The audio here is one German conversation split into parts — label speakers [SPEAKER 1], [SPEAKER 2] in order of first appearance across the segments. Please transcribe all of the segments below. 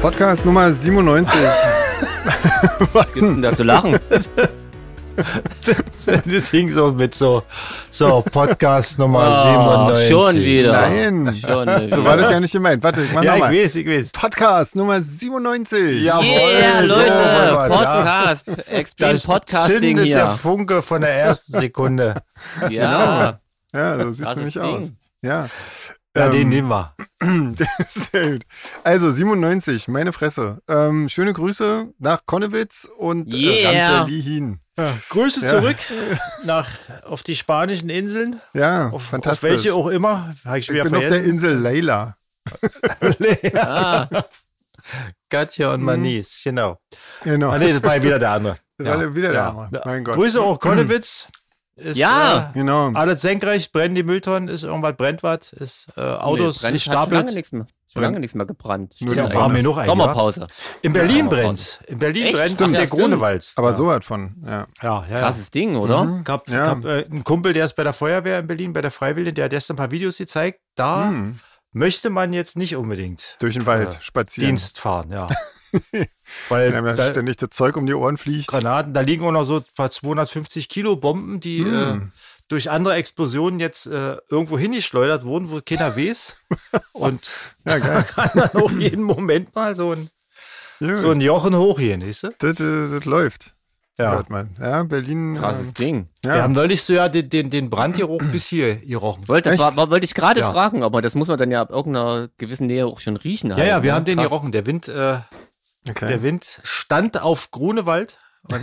[SPEAKER 1] Podcast Nummer 97.
[SPEAKER 2] Was gibt's denn da zu lachen?
[SPEAKER 3] das hing so mit so, so Podcast Nummer
[SPEAKER 2] Ah,
[SPEAKER 3] 97.
[SPEAKER 2] schon wieder.
[SPEAKER 1] Nein.
[SPEAKER 2] Schon wieder.
[SPEAKER 1] So war das ja nicht gemeint. Warte, ich mach
[SPEAKER 3] Ja, ich
[SPEAKER 1] nochmal.
[SPEAKER 3] weiß, ich weiß.
[SPEAKER 1] Podcast Nummer 97.
[SPEAKER 3] Ja.
[SPEAKER 2] Yeah,
[SPEAKER 3] Jawohl, so wollen wir
[SPEAKER 2] Leute,
[SPEAKER 3] das.
[SPEAKER 2] Podcast,
[SPEAKER 3] Da
[SPEAKER 2] Extreme Podcasting
[SPEAKER 3] zündet der
[SPEAKER 2] hier.
[SPEAKER 3] Funke von der ersten Sekunde.
[SPEAKER 2] Ja,
[SPEAKER 1] Ja, so sieht's
[SPEAKER 2] Krasses
[SPEAKER 1] nämlich
[SPEAKER 2] Ding.
[SPEAKER 1] aus. Ja.
[SPEAKER 3] Ja, den
[SPEAKER 1] Ähm,
[SPEAKER 3] nehmen wir.
[SPEAKER 1] Sehr gut. Also 97, meine Fresse. Ähm, schöne Grüße nach Konnewitz und
[SPEAKER 2] Yeah.
[SPEAKER 1] äh, Rand der Wiehin.
[SPEAKER 3] Grüße
[SPEAKER 1] Ja.
[SPEAKER 3] zurück nach, auf die spanischen Inseln.
[SPEAKER 1] Ja,
[SPEAKER 3] Auf,
[SPEAKER 1] fantastisch.
[SPEAKER 3] auf welche auch immer. Habe ich schon
[SPEAKER 1] ich
[SPEAKER 3] wieder
[SPEAKER 1] bin auf der
[SPEAKER 3] vergessen.
[SPEAKER 1] Insel Leila.
[SPEAKER 2] ah,
[SPEAKER 3] Katja und Manis, genau.
[SPEAKER 1] Genau.
[SPEAKER 3] Ah, nee, das war ja wieder der andere.
[SPEAKER 1] Das war wieder der andere. Mein Gott.
[SPEAKER 3] Grüße auch Konnewitz. Ist,
[SPEAKER 2] Ja.
[SPEAKER 3] äh,
[SPEAKER 1] Genau.
[SPEAKER 3] alles senkrecht, brennen die Mülltonnen, ist irgendwas, brennt was, ist äh, Autos
[SPEAKER 2] nee, brennt- hat schon
[SPEAKER 3] stapelt.
[SPEAKER 2] lange nichts mehr. Schon lange nichts mehr gebrannt.
[SPEAKER 1] Nur
[SPEAKER 2] Ist ja
[SPEAKER 1] die
[SPEAKER 2] auch
[SPEAKER 1] Sonne.
[SPEAKER 2] warm.
[SPEAKER 3] genug eigentlich,
[SPEAKER 2] Sommerpause.
[SPEAKER 3] In Berlin
[SPEAKER 2] Ja,
[SPEAKER 3] brennt's. In Berlin
[SPEAKER 2] Echt?
[SPEAKER 3] brennt's
[SPEAKER 2] Stimmt.
[SPEAKER 3] der
[SPEAKER 2] Ja, stimmt.
[SPEAKER 3] Grunewald.
[SPEAKER 1] Aber so was von. Ja. Hm?
[SPEAKER 3] Ja, ja, ja.
[SPEAKER 2] Krasses Ding, oder?
[SPEAKER 3] Ich hab,
[SPEAKER 1] Ja.
[SPEAKER 3] ich hab, äh, einen Kumpel, der ist bei der Feuerwehr in Berlin, bei der Freiwilligen, der hat gestern ein paar Videos gezeigt. Da
[SPEAKER 1] Hm.
[SPEAKER 3] möchte man jetzt nicht unbedingt
[SPEAKER 1] Durch den Wald
[SPEAKER 3] Ja.
[SPEAKER 1] spazieren.
[SPEAKER 3] Dienst fahren, ja.
[SPEAKER 1] Wenn
[SPEAKER 3] Weil
[SPEAKER 1] einem
[SPEAKER 3] da,
[SPEAKER 1] da ständig das Zeug um die Ohren fliegt.
[SPEAKER 3] Granaten, da liegen auch noch so etwa 250 Kilo Bomben, die äh,
[SPEAKER 1] Mhm.
[SPEAKER 3] durch andere Explosionen jetzt äh, irgendwo hingeschleudert wurden, wo keiner weiß. Und
[SPEAKER 1] Ja, geil.
[SPEAKER 3] kann dann auch jeden Moment mal so ein,
[SPEAKER 1] Gut.
[SPEAKER 3] so ein Jochen hochgehen, siehst du?
[SPEAKER 1] das, äh, das läuft.
[SPEAKER 3] Ja.
[SPEAKER 1] Hört man. Ja, Berlin.
[SPEAKER 2] Krasses
[SPEAKER 1] Ähm,
[SPEAKER 2] Ding.
[SPEAKER 1] ja.
[SPEAKER 3] Wir haben neulich so ja den, den, den Brandgeruch bis hier gerochen.
[SPEAKER 2] Wollte, das
[SPEAKER 1] Echt?
[SPEAKER 2] war, war- wollte ich gerade
[SPEAKER 3] Ja.
[SPEAKER 2] fragen, aber das muss man dann ja ab irgendeiner gewissen Nähe auch schon riechen. halt, ne?
[SPEAKER 3] Ja, ja, wir haben den
[SPEAKER 2] Krass.
[SPEAKER 3] gerochen. Der Wind, äh,
[SPEAKER 1] okay.
[SPEAKER 3] der Wind stand auf Grunewald. Und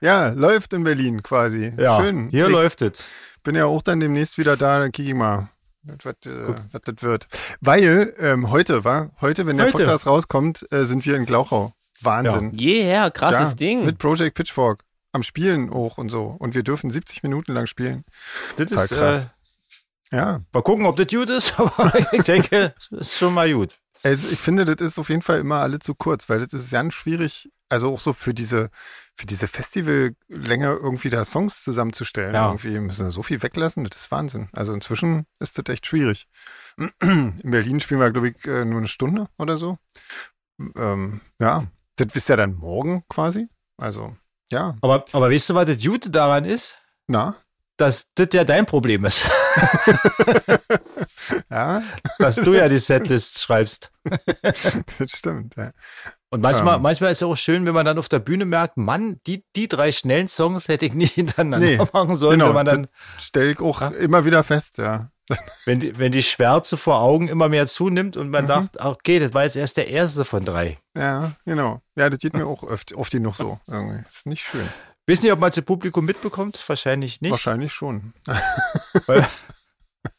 [SPEAKER 1] ja, läuft in Berlin quasi. Schön.
[SPEAKER 3] Hier
[SPEAKER 1] ich
[SPEAKER 3] läuft es.
[SPEAKER 1] bin ja auch dann demnächst wieder da, dann kick ich mal. Was, was, äh, was das wird. Weil ähm, heute, war heute, wenn der
[SPEAKER 3] Heute.
[SPEAKER 1] Podcast rauskommt, äh, sind wir in Glauchau. Wahnsinn.
[SPEAKER 2] Yeah, krasses
[SPEAKER 1] Ja,
[SPEAKER 2] Ding.
[SPEAKER 1] Mit Project Pitchfork. Am Spielen auch und so. Und wir dürfen 70 Minuten lang spielen.
[SPEAKER 3] Das
[SPEAKER 1] Total
[SPEAKER 3] ist,
[SPEAKER 1] krass.
[SPEAKER 3] äh,
[SPEAKER 1] Ja.
[SPEAKER 3] mal gucken, ob das gut ist, aber ich denke, es ist schon mal gut.
[SPEAKER 1] Also ich finde, das ist auf jeden Fall immer alle zu kurz, weil das ist ganz schwierig, also auch so für diese, für diese Festivallänge irgendwie da Songs zusammenzustellen.
[SPEAKER 3] Ja.
[SPEAKER 1] Irgendwie müssen wir so viel weglassen, das ist Wahnsinn. Also inzwischen ist das echt schwierig. In Berlin spielen wir, glaube ich, äh, nur eine Stunde oder so. Ähm, ja, das ist ja dann morgen quasi. Also, ja,
[SPEAKER 3] Aber, aber weißt du, was das Gute daran ist?
[SPEAKER 1] na,
[SPEAKER 3] Dass das ja dein Problem ist,
[SPEAKER 1] ja,
[SPEAKER 3] dass du ja die Setlists schreibst.
[SPEAKER 1] das stimmt. Ja.
[SPEAKER 3] Und manchmal,
[SPEAKER 1] Ähm.
[SPEAKER 3] manchmal ist es ja auch schön, wenn man dann auf der Bühne merkt, Mann, die, die drei schnellen Songs hätte ich nicht hintereinander
[SPEAKER 1] Nee,
[SPEAKER 3] machen sollen,
[SPEAKER 1] genau,
[SPEAKER 3] wenn man dann
[SPEAKER 1] Stell ich auch
[SPEAKER 3] Ja.
[SPEAKER 1] immer wieder fest, ja.
[SPEAKER 3] Wenn die, wenn die Schwärze vor Augen immer mehr zunimmt und man dacht, okay, das war jetzt erst der erste von drei.
[SPEAKER 1] Ja, genau. Ja, das geht mir auch oft, oft noch so. Irgendwie. Ist nicht schön.
[SPEAKER 3] Wissen nicht, ob man das Publikum mitbekommt? Wahrscheinlich nicht.
[SPEAKER 1] Wahrscheinlich schon.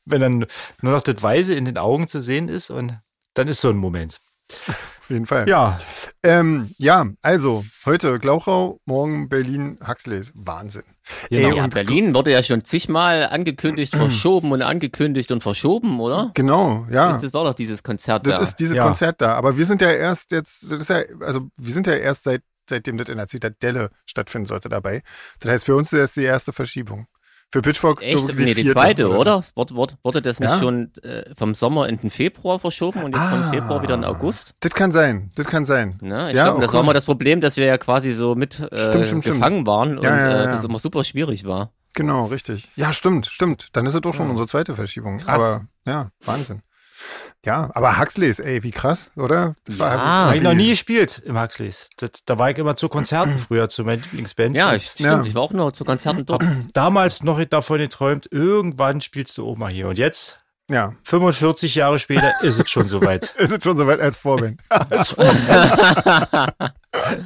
[SPEAKER 3] Wenn dann nur noch das Weiße in den Augen zu sehen ist und dann ist so ein Moment.
[SPEAKER 1] Auf jeden Fall.
[SPEAKER 3] Ja,
[SPEAKER 1] ähm, ja also heute Glauchau, morgen Berlin, Huxleys. Wahnsinn.
[SPEAKER 3] genau.
[SPEAKER 1] Ey,
[SPEAKER 2] ja,
[SPEAKER 1] und-
[SPEAKER 2] Berlin wurde ja schon zigmal angekündigt, verschoben und angekündigt und verschoben, oder?
[SPEAKER 1] Genau, ja.
[SPEAKER 2] Das war doch dieses Konzert
[SPEAKER 1] das
[SPEAKER 2] da.
[SPEAKER 1] ist dieses
[SPEAKER 3] Ja.
[SPEAKER 1] Konzert da. Aber wir sind ja erst jetzt, das ist ja, also wir sind ja erst seit, seitdem das in der Zitadelle stattfinden sollte dabei. Das heißt, für uns ist das die erste Verschiebung. Für Pitchfork
[SPEAKER 2] Echt?
[SPEAKER 1] glaube ich,
[SPEAKER 2] Nee, die
[SPEAKER 1] vierte
[SPEAKER 2] zweite,
[SPEAKER 1] so.
[SPEAKER 2] oder? Wurde, wurde, wurde das nicht
[SPEAKER 1] Ja.
[SPEAKER 2] schon äh, vom Sommer in den Februar verschoben und jetzt
[SPEAKER 1] Ah.
[SPEAKER 2] vom Februar wieder in August?
[SPEAKER 1] Das kann sein, das kann sein.
[SPEAKER 2] Ne? Ich
[SPEAKER 1] Ja,
[SPEAKER 2] glaube, das
[SPEAKER 1] okay.
[SPEAKER 2] war mal das Problem, dass wir ja quasi so mit äh,
[SPEAKER 1] Stimmt, stimmt, stimmt.
[SPEAKER 2] gefangen waren und
[SPEAKER 1] Ja, ja, ja,
[SPEAKER 2] äh,
[SPEAKER 1] ja.
[SPEAKER 2] das immer super schwierig war.
[SPEAKER 1] Genau, richtig. Ja, stimmt, stimmt. Dann ist es doch schon unsere zweite Verschiebung.
[SPEAKER 3] Krass.
[SPEAKER 1] Aber ja, Wahnsinn. Ja, aber Huxleys, ey, wie krass, oder? Das war
[SPEAKER 2] Ja.
[SPEAKER 3] Habe ich noch
[SPEAKER 1] irgendwie-
[SPEAKER 3] nie gespielt im Huxleys. Das, da war ich immer zu Konzerten früher, zu meinen Lieblingsbands.
[SPEAKER 2] Ja,
[SPEAKER 3] Und
[SPEAKER 2] ich, stimmt.
[SPEAKER 1] Ja.
[SPEAKER 2] Ich war auch noch zu Konzerten dort.
[SPEAKER 3] damals noch davon geträumt, irgendwann spielst du Oma hier. Und jetzt,
[SPEAKER 1] Ja,
[SPEAKER 3] 45 Jahre später, ist es schon soweit.
[SPEAKER 1] es ist schon soweit als Vorband.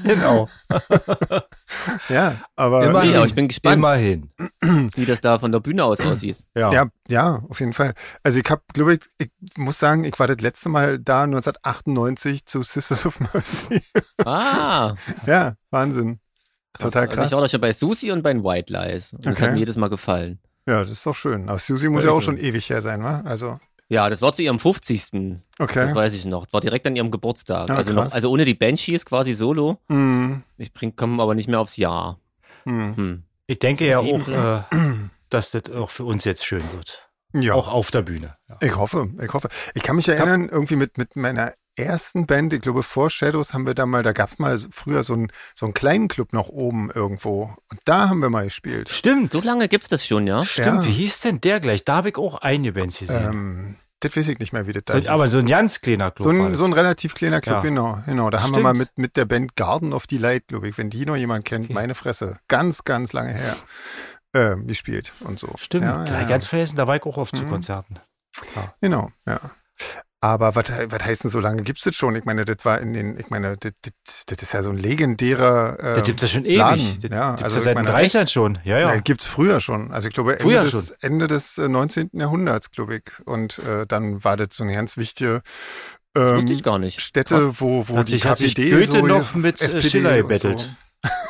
[SPEAKER 3] genau.
[SPEAKER 1] ja, aber
[SPEAKER 2] Immer- Ja, ich bin gespannt.
[SPEAKER 3] Immerhin.
[SPEAKER 2] wie das da von der Bühne aus aussieht.
[SPEAKER 1] ja, ja, auf jeden Fall. Also ich habe, glaube ich, ich muss sagen, ich war das letzte Mal da 1998 zu Sisters of Mercy.
[SPEAKER 2] Ah,
[SPEAKER 1] ja, Wahnsinn. Total
[SPEAKER 2] also
[SPEAKER 1] krass.
[SPEAKER 2] ich war da schon bei Susi und bei den White Lies. Und das
[SPEAKER 1] Okay.
[SPEAKER 2] hat mir jedes Mal gefallen.
[SPEAKER 1] ja, das ist doch schön. Aber Susi muss ja auch schon ewig her sein, wa? Also,
[SPEAKER 2] Ja, das war zu ihrem 50. Das
[SPEAKER 1] okay.
[SPEAKER 2] weiß ich noch. Das war direkt an ihrem Geburtstag.
[SPEAKER 1] Ah,
[SPEAKER 2] also,
[SPEAKER 1] krass.
[SPEAKER 2] noch, also ohne die Banshees quasi solo.
[SPEAKER 1] Mm,
[SPEAKER 2] Ich komme aber nicht mehr aufs Jahr.
[SPEAKER 1] mm.
[SPEAKER 2] Hm.
[SPEAKER 3] Ich denke ja
[SPEAKER 2] Sieben
[SPEAKER 3] auch, äh, dass das auch für uns jetzt schön wird.
[SPEAKER 1] Ja.
[SPEAKER 3] Auch auf der Bühne. Ja.
[SPEAKER 1] Ich hoffe, ich hoffe. Ich kann mich erinnern, irgendwie mit, mit meiner ersten Band, ich glaube vor Shadows haben wir da mal, da gab es mal früher so einen, so einen kleinen Club noch oben irgendwo. Und da haben wir mal gespielt.
[SPEAKER 3] Stimmt,
[SPEAKER 2] So lange gibt's das schon, ja?
[SPEAKER 3] stimmt.
[SPEAKER 1] Ja.
[SPEAKER 3] Wie hieß denn der gleich? Da habe ich auch einige Bands gesehen.
[SPEAKER 1] Ähm, das weiß ich nicht mehr, wie das da
[SPEAKER 3] so, aber so ein ganz kleiner Club.
[SPEAKER 1] So
[SPEAKER 3] war
[SPEAKER 1] ein,
[SPEAKER 3] das.
[SPEAKER 1] so ein relativ kleiner Club,
[SPEAKER 3] Ja.
[SPEAKER 1] genau. genau. Da haben wir
[SPEAKER 3] Stimmt.
[SPEAKER 1] mal mit, mit der Band Garden of Delight, glaube ich, wenn die noch jemand kennt, meine Fresse. Ganz, ganz lange her ähm, gespielt und so.
[SPEAKER 3] Stimmt,
[SPEAKER 1] Ja,
[SPEAKER 3] gleich
[SPEAKER 1] ja.
[SPEAKER 3] ganz vergessen, da war ich auch oft zu
[SPEAKER 1] Mhm.
[SPEAKER 3] Konzerten.
[SPEAKER 1] Genau, ja. Aber was he- was heißt denn, so lange gibt es das schon? Ich meine, das war in den, ich meine, das, das, das ist ja so ein legendärer.
[SPEAKER 3] Das
[SPEAKER 1] ähm,
[SPEAKER 3] gibt es ja schon ewig.
[SPEAKER 1] Laden,
[SPEAKER 3] das
[SPEAKER 1] ja,
[SPEAKER 3] gibt's
[SPEAKER 1] also
[SPEAKER 3] ja
[SPEAKER 1] ich
[SPEAKER 3] seit den
[SPEAKER 1] meine-
[SPEAKER 3] 30ern schon. Ja, ja.
[SPEAKER 1] Ja. Gibt es früher schon. Also ich glaube Ende
[SPEAKER 3] Früher
[SPEAKER 1] des, Ende des äh, 19. Jahrhunderts, glaube ich. Und äh, dann war das so eine ganz wichtige
[SPEAKER 2] Das wusste
[SPEAKER 1] ähm,
[SPEAKER 2] ich gar nicht.
[SPEAKER 1] Städte, wo, wo
[SPEAKER 3] Hat
[SPEAKER 1] die
[SPEAKER 3] sich-
[SPEAKER 1] KPD
[SPEAKER 3] hat sich Goethe
[SPEAKER 1] so
[SPEAKER 3] noch mit, äh,
[SPEAKER 1] SPD
[SPEAKER 3] Schiller
[SPEAKER 1] und
[SPEAKER 3] gebettelt.
[SPEAKER 1] So.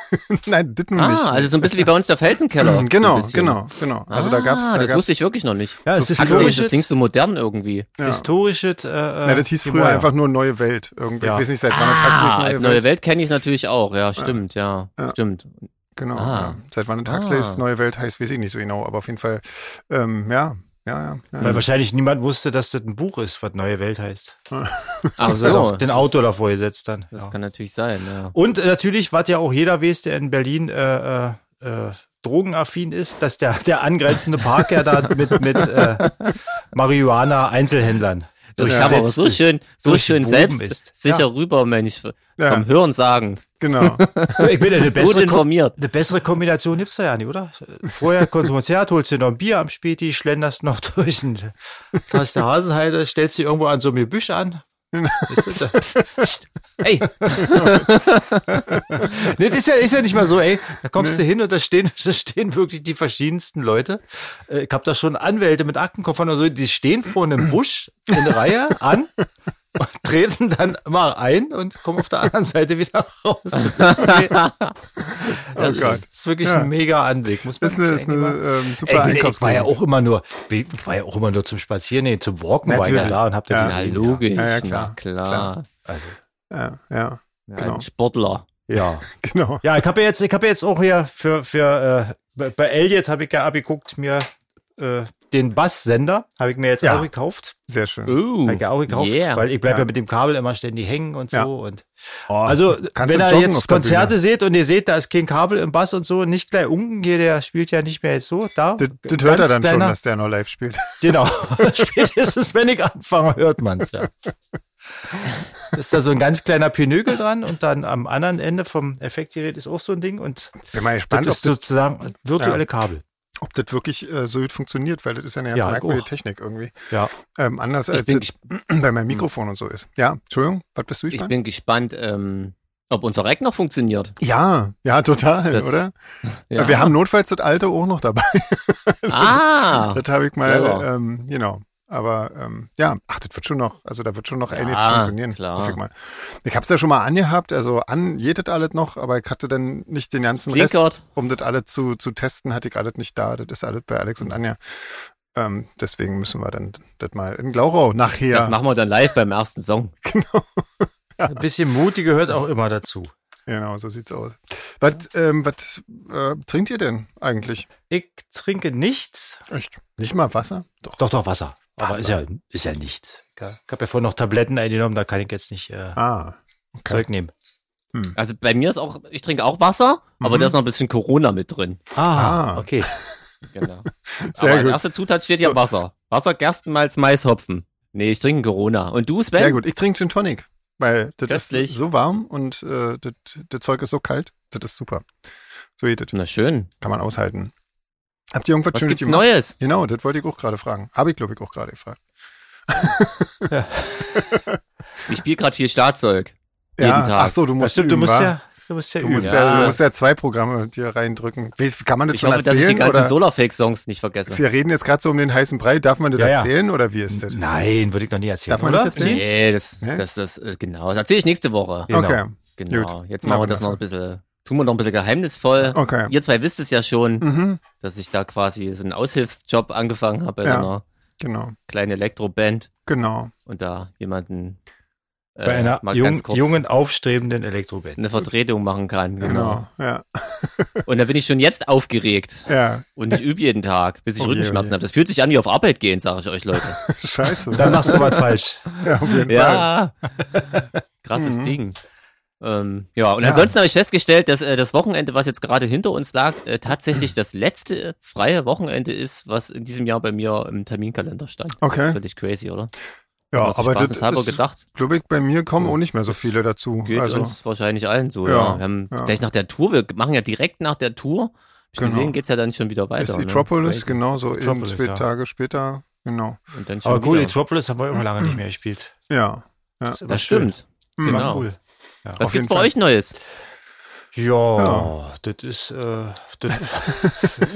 [SPEAKER 1] Nein, das nun nicht.
[SPEAKER 2] Ah, also so ein bisschen wie bei uns der Felsenkeller.
[SPEAKER 1] genau,
[SPEAKER 2] so ein bisschen.
[SPEAKER 1] genau, genau. Also da gab's,
[SPEAKER 2] Ah,
[SPEAKER 1] da
[SPEAKER 2] das
[SPEAKER 1] gab's,
[SPEAKER 2] wusste ich wirklich noch nicht.
[SPEAKER 3] ja, es
[SPEAKER 1] so
[SPEAKER 3] ist
[SPEAKER 1] Axel,
[SPEAKER 2] Ach, das,
[SPEAKER 3] historisches.
[SPEAKER 2] das klingt so modern irgendwie.
[SPEAKER 1] Ja.
[SPEAKER 3] historisches äh, äh,
[SPEAKER 1] Na, das hieß früher
[SPEAKER 3] Gemäuer.
[SPEAKER 1] einfach nur neue Welt. Irgendwie.
[SPEAKER 3] Ja.
[SPEAKER 1] Ich weiß nicht, seit wann das heißt,
[SPEAKER 2] Ah,
[SPEAKER 1] nicht
[SPEAKER 2] als neue Welt kenne ich es natürlich auch. Ja, stimmt, ja,
[SPEAKER 1] Ja.
[SPEAKER 2] stimmt.
[SPEAKER 1] Genau. Ja.
[SPEAKER 2] Ah.
[SPEAKER 1] Seit wann
[SPEAKER 2] Ah.
[SPEAKER 1] Huxleys neue Welt heißt, weiß ich nicht so genau, aber auf jeden Fall, ähm, ja, ja, ja.
[SPEAKER 3] Weil
[SPEAKER 1] ja.
[SPEAKER 3] wahrscheinlich niemand wusste, dass das ein Buch ist, was Neue Welt heißt.
[SPEAKER 2] Ach
[SPEAKER 1] halt
[SPEAKER 3] Hat
[SPEAKER 2] so,
[SPEAKER 3] auch den Autor davor gesetzt dann.
[SPEAKER 2] das
[SPEAKER 3] ja.
[SPEAKER 2] kann natürlich sein, ja.
[SPEAKER 3] Und äh, natürlich, was ja auch jeder weiß, der in Berlin äh, äh, äh, drogenaffin ist, dass der, der angrenzende Park ja da mit, mit äh, Marihuana-Einzelhändlern
[SPEAKER 2] Das kam aber
[SPEAKER 3] durchsetzt
[SPEAKER 2] so
[SPEAKER 3] ist.
[SPEAKER 2] schön, so
[SPEAKER 3] durchbewoben
[SPEAKER 2] schön
[SPEAKER 3] ist.
[SPEAKER 2] selbstsicher rüber, Mensch. Vom
[SPEAKER 1] Ja.
[SPEAKER 2] Hören sagen.
[SPEAKER 1] Genau.
[SPEAKER 3] Ich bin ja eine
[SPEAKER 2] Gut
[SPEAKER 3] bessere, Kom
[SPEAKER 2] informiert.
[SPEAKER 3] eine bessere Kombination gibt's da ja nicht, oder? Vorher kommst du ins Konzert, holst dir noch ein Bier am Späti, schlenderst noch durch den Fass der Hasenheide, stellst dir irgendwo an so einem Gebüsch an. Weißt du, da-
[SPEAKER 2] Hey,
[SPEAKER 3] Nee, das ist ja, ist ja nicht mal so, ey. Da kommst du hin und da stehen, da stehen wirklich die verschiedensten Leute. Äh, Ich habe da schon Anwälte mit Aktenkoffern und so, die stehen vor einem Busch in der Reihe an und treten dann mal ein und kommen auf der anderen Seite wieder raus. Das ist, mir-
[SPEAKER 1] Oh Gott.
[SPEAKER 3] das ist wirklich
[SPEAKER 1] Ja.
[SPEAKER 3] ein mega Anblick. Muss man
[SPEAKER 1] Das ist eine, ist
[SPEAKER 3] echt mal-
[SPEAKER 1] eine ähm,
[SPEAKER 3] Ey,
[SPEAKER 1] super
[SPEAKER 3] ich, bin- ich war ja
[SPEAKER 1] Einkaufsgegend.
[SPEAKER 3] auch immer nur, ich war ja auch immer nur zum Spazieren, nee, zum Walken war ich ja
[SPEAKER 1] Natürlich.
[SPEAKER 3] da und hab das
[SPEAKER 1] Ja.
[SPEAKER 2] na
[SPEAKER 3] gesehen,
[SPEAKER 2] logisch,
[SPEAKER 1] Ja, ja,
[SPEAKER 2] klar,
[SPEAKER 1] klar,
[SPEAKER 2] na klar.
[SPEAKER 1] klar.
[SPEAKER 3] Also,
[SPEAKER 1] Ja, ja,
[SPEAKER 2] Ja,
[SPEAKER 1] Genau.
[SPEAKER 2] Ein Sportler.
[SPEAKER 3] ja.
[SPEAKER 1] genau.
[SPEAKER 3] Ja, ich habe ja jetzt, ich habe jetzt auch hier für, für äh, bei- bei Elliot habe ich ja abgeguckt, mir äh, den Basssender habe ich mir jetzt
[SPEAKER 1] Ja.
[SPEAKER 3] auch gekauft.
[SPEAKER 1] Sehr schön.
[SPEAKER 2] Uh,
[SPEAKER 3] Habe ich ja auch gekauft,
[SPEAKER 2] yeah.
[SPEAKER 3] weil ich bleibe ja.
[SPEAKER 1] Ja.
[SPEAKER 3] mit dem Kabel immer ständig hängen und so.
[SPEAKER 1] Ja. Ah,
[SPEAKER 3] Und
[SPEAKER 1] Oh,
[SPEAKER 3] also,
[SPEAKER 1] kannst
[SPEAKER 3] wenn
[SPEAKER 1] du
[SPEAKER 3] ihr
[SPEAKER 1] joggen auf
[SPEAKER 3] jetzt
[SPEAKER 1] der
[SPEAKER 3] Konzerte seht und ihr seht, da ist kein Kabel im Bass und so, nicht gleich unten hier, der spielt ja nicht mehr jetzt so. Da,
[SPEAKER 1] Das, das hört er
[SPEAKER 3] ganz
[SPEAKER 1] dann schon,
[SPEAKER 3] kleiner-
[SPEAKER 1] dass der noch live spielt.
[SPEAKER 3] Genau. Spätestens, wenn ich anfange, hört man es ja. Ist da so ein ganz kleiner Pinökel dran und dann am anderen Ende vom Effektgerät ist auch so ein Ding und
[SPEAKER 1] Bin mal
[SPEAKER 3] das
[SPEAKER 1] gespannt, ob
[SPEAKER 3] ist
[SPEAKER 1] das,
[SPEAKER 3] sozusagen virtuelle
[SPEAKER 1] Ja.
[SPEAKER 3] Kabel.
[SPEAKER 1] ob das wirklich äh, so gut funktioniert, weil das ist ja eine ganz
[SPEAKER 3] Ja, ich
[SPEAKER 1] merkwürdige
[SPEAKER 3] auch.
[SPEAKER 1] Technik irgendwie.
[SPEAKER 3] Ja.
[SPEAKER 1] Ähm, anders
[SPEAKER 2] Ich
[SPEAKER 1] als
[SPEAKER 2] bin,
[SPEAKER 1] das bei meinem Mikrofon und so ist. Ja, Entschuldigung, was bist du
[SPEAKER 2] ich
[SPEAKER 1] gespannt?
[SPEAKER 2] bin gespannt, ähm, ob unser Rack noch funktioniert.
[SPEAKER 1] Ja, ja, total,
[SPEAKER 2] Das-
[SPEAKER 1] oder?
[SPEAKER 2] Ja.
[SPEAKER 1] Wir haben notfalls das alte auch noch dabei.
[SPEAKER 2] ah,
[SPEAKER 1] Das habe ich mal,
[SPEAKER 2] Clever.
[SPEAKER 1] ähm, genau. Aber ähm, ja, ach, das wird schon noch, also da wird schon noch einiges
[SPEAKER 2] Ja,
[SPEAKER 1] funktionieren.
[SPEAKER 2] klar.
[SPEAKER 1] hoffe Ich, mal. ich habe es ja schon mal angehabt, also an jedes alles noch, aber ich hatte dann nicht den ganzen Rest,
[SPEAKER 2] Blinkert.
[SPEAKER 1] um das alles zu, zu testen, hatte ich alles nicht da. Das ist alles bei Alex und Anja. Ähm, deswegen müssen wir dann das mal in Glaurau nachher.
[SPEAKER 2] Das machen wir dann live beim ersten Song.
[SPEAKER 3] Ein bisschen Mut, die gehört auch immer dazu.
[SPEAKER 1] Genau, so sieht's aus. Was, ähm, was äh, trinkt ihr denn eigentlich?
[SPEAKER 3] Ich trinke nichts.
[SPEAKER 1] Echt? Nicht mal Wasser? Doch.
[SPEAKER 3] Doch, doch, Wasser. Aber
[SPEAKER 1] Wasser.
[SPEAKER 3] ist ja, ist ja nichts. Ich habe ja vorhin noch Tabletten eingenommen, da kann ich jetzt nicht äh,
[SPEAKER 1] Ah,
[SPEAKER 3] Zeug nehmen.
[SPEAKER 2] Also bei mir ist auch, ich trinke auch Wasser,
[SPEAKER 1] Mhm.
[SPEAKER 2] aber da ist noch ein bisschen Corona mit drin.
[SPEAKER 1] Ah.
[SPEAKER 3] okay.
[SPEAKER 2] Genau.
[SPEAKER 1] Sehr
[SPEAKER 2] aber als
[SPEAKER 1] gut.
[SPEAKER 2] erste Zutat steht ja Wasser. Wasser, Gerstenmalz, Mais, Hopfen. Nee, ich trinke Corona. Und du, Sven?
[SPEAKER 1] Sehr gut. Ich trinke Gin Tonic, weil das
[SPEAKER 2] Köstlich.
[SPEAKER 1] ist so warm und äh, das, das Zeug ist so kalt. Das ist super. So geht das.
[SPEAKER 2] Na schön.
[SPEAKER 1] Kann man aushalten. Habt ihr irgendwas
[SPEAKER 2] Was
[SPEAKER 1] Schönes
[SPEAKER 2] gibt's Neues?
[SPEAKER 1] Genau, das wollte ich auch gerade fragen. Habe ich, glaube ich, auch gerade gefragt.
[SPEAKER 2] Ich spiele gerade viel Schlagzeug.
[SPEAKER 1] Ja,
[SPEAKER 2] Jeden Tag.
[SPEAKER 1] Ach so, du
[SPEAKER 3] Das
[SPEAKER 1] musst
[SPEAKER 3] stimmt, du
[SPEAKER 1] üben,
[SPEAKER 3] musst
[SPEAKER 1] wa?
[SPEAKER 3] ja, du musst ja
[SPEAKER 1] Du
[SPEAKER 3] üben.
[SPEAKER 1] musst ja.
[SPEAKER 2] Ja.
[SPEAKER 1] du musst ja zwei Programme dir reindrücken. Wie, kann man das
[SPEAKER 2] Ich
[SPEAKER 1] schon
[SPEAKER 2] hoffe, dass ich die
[SPEAKER 1] erzählen?
[SPEAKER 2] ganzen
[SPEAKER 1] Oder
[SPEAKER 2] Solarfake-Songs nicht vergesse.
[SPEAKER 1] wir reden jetzt gerade so um den heißen Brei. Darf man das
[SPEAKER 3] Ja, ja.
[SPEAKER 1] erzählen oder wie ist das?
[SPEAKER 3] Nein, würde ich noch nie erzählen,
[SPEAKER 1] Darf man
[SPEAKER 3] oder?
[SPEAKER 1] das jetzt nicht?
[SPEAKER 2] Nee, das,
[SPEAKER 1] Nee?
[SPEAKER 2] das, das, äh, genau. Das erzähle ich nächste Woche.
[SPEAKER 3] genau.
[SPEAKER 1] Okay,
[SPEAKER 2] Genau.
[SPEAKER 1] Gut.
[SPEAKER 2] Jetzt machen wir
[SPEAKER 1] Machen
[SPEAKER 2] das
[SPEAKER 1] wir.
[SPEAKER 2] noch ein bisschen, tun wir noch ein bisschen geheimnisvoll.
[SPEAKER 1] okay.
[SPEAKER 2] Ihr zwei wisst es ja schon,
[SPEAKER 1] Mhm,
[SPEAKER 2] dass ich da quasi so einen Aushilfsjob angefangen habe bei
[SPEAKER 1] Ja.
[SPEAKER 2] einer
[SPEAKER 1] genau,
[SPEAKER 2] kleinen Elektroband
[SPEAKER 1] genau.
[SPEAKER 2] und da jemanden äh,
[SPEAKER 3] Bei einer
[SPEAKER 2] mal
[SPEAKER 3] jung,
[SPEAKER 2] ganz kurz
[SPEAKER 3] jungen, aufstrebenden Elektroband.
[SPEAKER 2] eine Vertretung machen kann.
[SPEAKER 1] Genau,
[SPEAKER 2] Genau.
[SPEAKER 1] ja.
[SPEAKER 2] Und da bin ich schon jetzt aufgeregt.
[SPEAKER 1] Ja,
[SPEAKER 2] Und ich übe jeden Tag, bis ich
[SPEAKER 1] Oh je, oh
[SPEAKER 2] Rückenschmerzen
[SPEAKER 1] je.
[SPEAKER 2] habe. Das fühlt sich an wie auf Arbeit gehen, sage ich euch, Leute.
[SPEAKER 1] scheiße.
[SPEAKER 3] Dann machst du was falsch.
[SPEAKER 1] ja, auf jeden Fall.
[SPEAKER 2] Ja. Krasses Ding. Ähm, ja, und ansonsten habe ich festgestellt, dass äh, das Wochenende, was jetzt gerade hinter uns lag, äh, tatsächlich das letzte freie Wochenende ist, was in diesem Jahr bei mir im Terminkalender stand.
[SPEAKER 1] Okay.
[SPEAKER 2] Völlig crazy, oder?
[SPEAKER 1] Ja, aber das
[SPEAKER 2] halber
[SPEAKER 1] ist,
[SPEAKER 2] gedacht.
[SPEAKER 1] glaube ich, bei mir kommen auch nicht mehr so viele dazu.
[SPEAKER 2] Geht
[SPEAKER 1] Also,
[SPEAKER 2] uns wahrscheinlich allen so, ja.
[SPEAKER 1] Ja,
[SPEAKER 2] Wir haben
[SPEAKER 1] ja.
[SPEAKER 2] gleich nach der Tour, wir machen ja direkt nach der Tour. Hab ich
[SPEAKER 1] Genau.
[SPEAKER 2] gesehen, geht's ja dann schon wieder weiter.
[SPEAKER 1] ist
[SPEAKER 2] ne?
[SPEAKER 1] Metropolis,
[SPEAKER 2] Crazy.
[SPEAKER 1] genau, so eben
[SPEAKER 3] Metropolis,
[SPEAKER 1] zwei
[SPEAKER 3] ja.
[SPEAKER 1] Tage später. Genau.
[SPEAKER 2] Und dann schon
[SPEAKER 3] Aber cool,
[SPEAKER 2] wieder.
[SPEAKER 3] Metropolis haben wir immer lange nicht mehr gespielt.
[SPEAKER 1] Ja.
[SPEAKER 3] immer
[SPEAKER 2] Das
[SPEAKER 3] schön.
[SPEAKER 2] stimmt.
[SPEAKER 1] Mhm.
[SPEAKER 3] Immer
[SPEAKER 2] Genau.
[SPEAKER 3] cool.
[SPEAKER 2] Was
[SPEAKER 1] Auf
[SPEAKER 2] gibt's
[SPEAKER 1] jeden
[SPEAKER 2] bei
[SPEAKER 1] Fall.
[SPEAKER 2] euch Neues?
[SPEAKER 3] Ja, das ist. Äh, das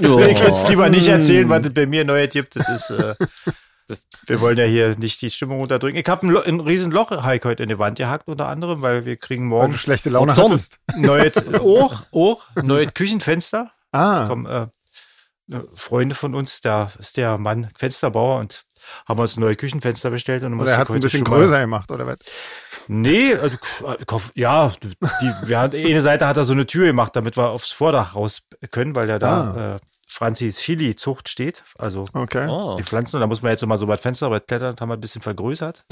[SPEAKER 2] Ja.
[SPEAKER 3] Ich will jetzt lieber nicht erzählen, was es bei mir neu gibt. Das ist. Äh,
[SPEAKER 2] Mm. Das-
[SPEAKER 3] wir wollen ja hier nicht die Stimmung runterdrücken. Ich habe ein, Lo- ein riesen Loch Heike heute in die Wand gehackt, unter anderem, weil wir kriegen
[SPEAKER 1] Weil
[SPEAKER 3] morgen
[SPEAKER 1] du schlechte Laune
[SPEAKER 2] Verzorn.
[SPEAKER 1] hattest.
[SPEAKER 3] neues Ohr, Ohr, neues oh, Küchenfenster.
[SPEAKER 1] Ah,
[SPEAKER 3] Kommen äh, ne, Freunde von uns, da ist der Mann Fensterbauer und haben uns ein neues Küchenfenster bestellt. Und dann
[SPEAKER 1] oder er
[SPEAKER 3] musste
[SPEAKER 1] hat es
[SPEAKER 3] ich
[SPEAKER 1] ein
[SPEAKER 3] heute
[SPEAKER 1] bisschen
[SPEAKER 3] schon mal-
[SPEAKER 1] größer gemacht, oder was?
[SPEAKER 3] Nee, also, k- kauf- ja, die, wir hat, eine Seite hat er so eine Tür gemacht, damit wir aufs Vordach raus können, weil ja da
[SPEAKER 1] Ah.
[SPEAKER 3] äh, Franzis Chili-Zucht steht. Also
[SPEAKER 1] Okay.
[SPEAKER 2] Oh.
[SPEAKER 3] die Pflanzen, und da muss man jetzt immer so weit Fensterbrett klettern, das haben wir ein bisschen vergrößert.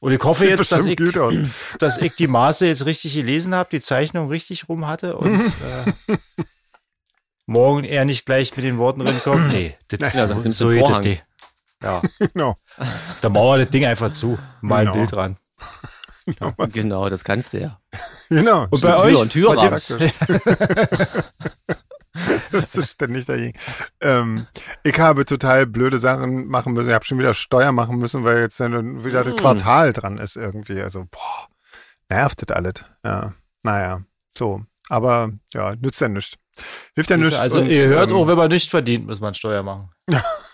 [SPEAKER 3] Und ich hoffe jetzt, dass
[SPEAKER 1] Bestimmt
[SPEAKER 3] ich,
[SPEAKER 1] gut aus.
[SPEAKER 3] dass ich die Maße jetzt richtig gelesen habe, die Zeichnung richtig rum hatte und äh, morgen eher nicht gleich mit den Worten rinkommt. Nee, das,
[SPEAKER 2] Ja, sonst nimmst du
[SPEAKER 3] so
[SPEAKER 2] den
[SPEAKER 3] geht das
[SPEAKER 2] Vorhang.
[SPEAKER 3] nicht. Ja,
[SPEAKER 1] Genau.
[SPEAKER 3] da mauern wir das Ding einfach zu. Mal ein
[SPEAKER 1] Genau.
[SPEAKER 3] Bild ran.
[SPEAKER 2] Genau, das kannst du ja.
[SPEAKER 1] Genau.
[SPEAKER 3] Und bei
[SPEAKER 2] Tür
[SPEAKER 3] euch?
[SPEAKER 2] und Türrahmen.
[SPEAKER 3] Bei dir-
[SPEAKER 1] Das ist ständig dagegen. Ähm, ich habe total blöde Sachen machen müssen. Ich habe schon wieder Steuer machen müssen, weil jetzt dann wieder das
[SPEAKER 3] Mhm.
[SPEAKER 2] Mm.
[SPEAKER 1] Quartal dran ist irgendwie. Also, boah, nervt das alles. Ja, naja, so. Aber ja, nützt ja nichts. Hilft ja nichts.
[SPEAKER 3] Also
[SPEAKER 1] und,
[SPEAKER 3] ihr hört
[SPEAKER 1] ähm,
[SPEAKER 3] auch, wenn man nicht verdient, muss man Steuer machen.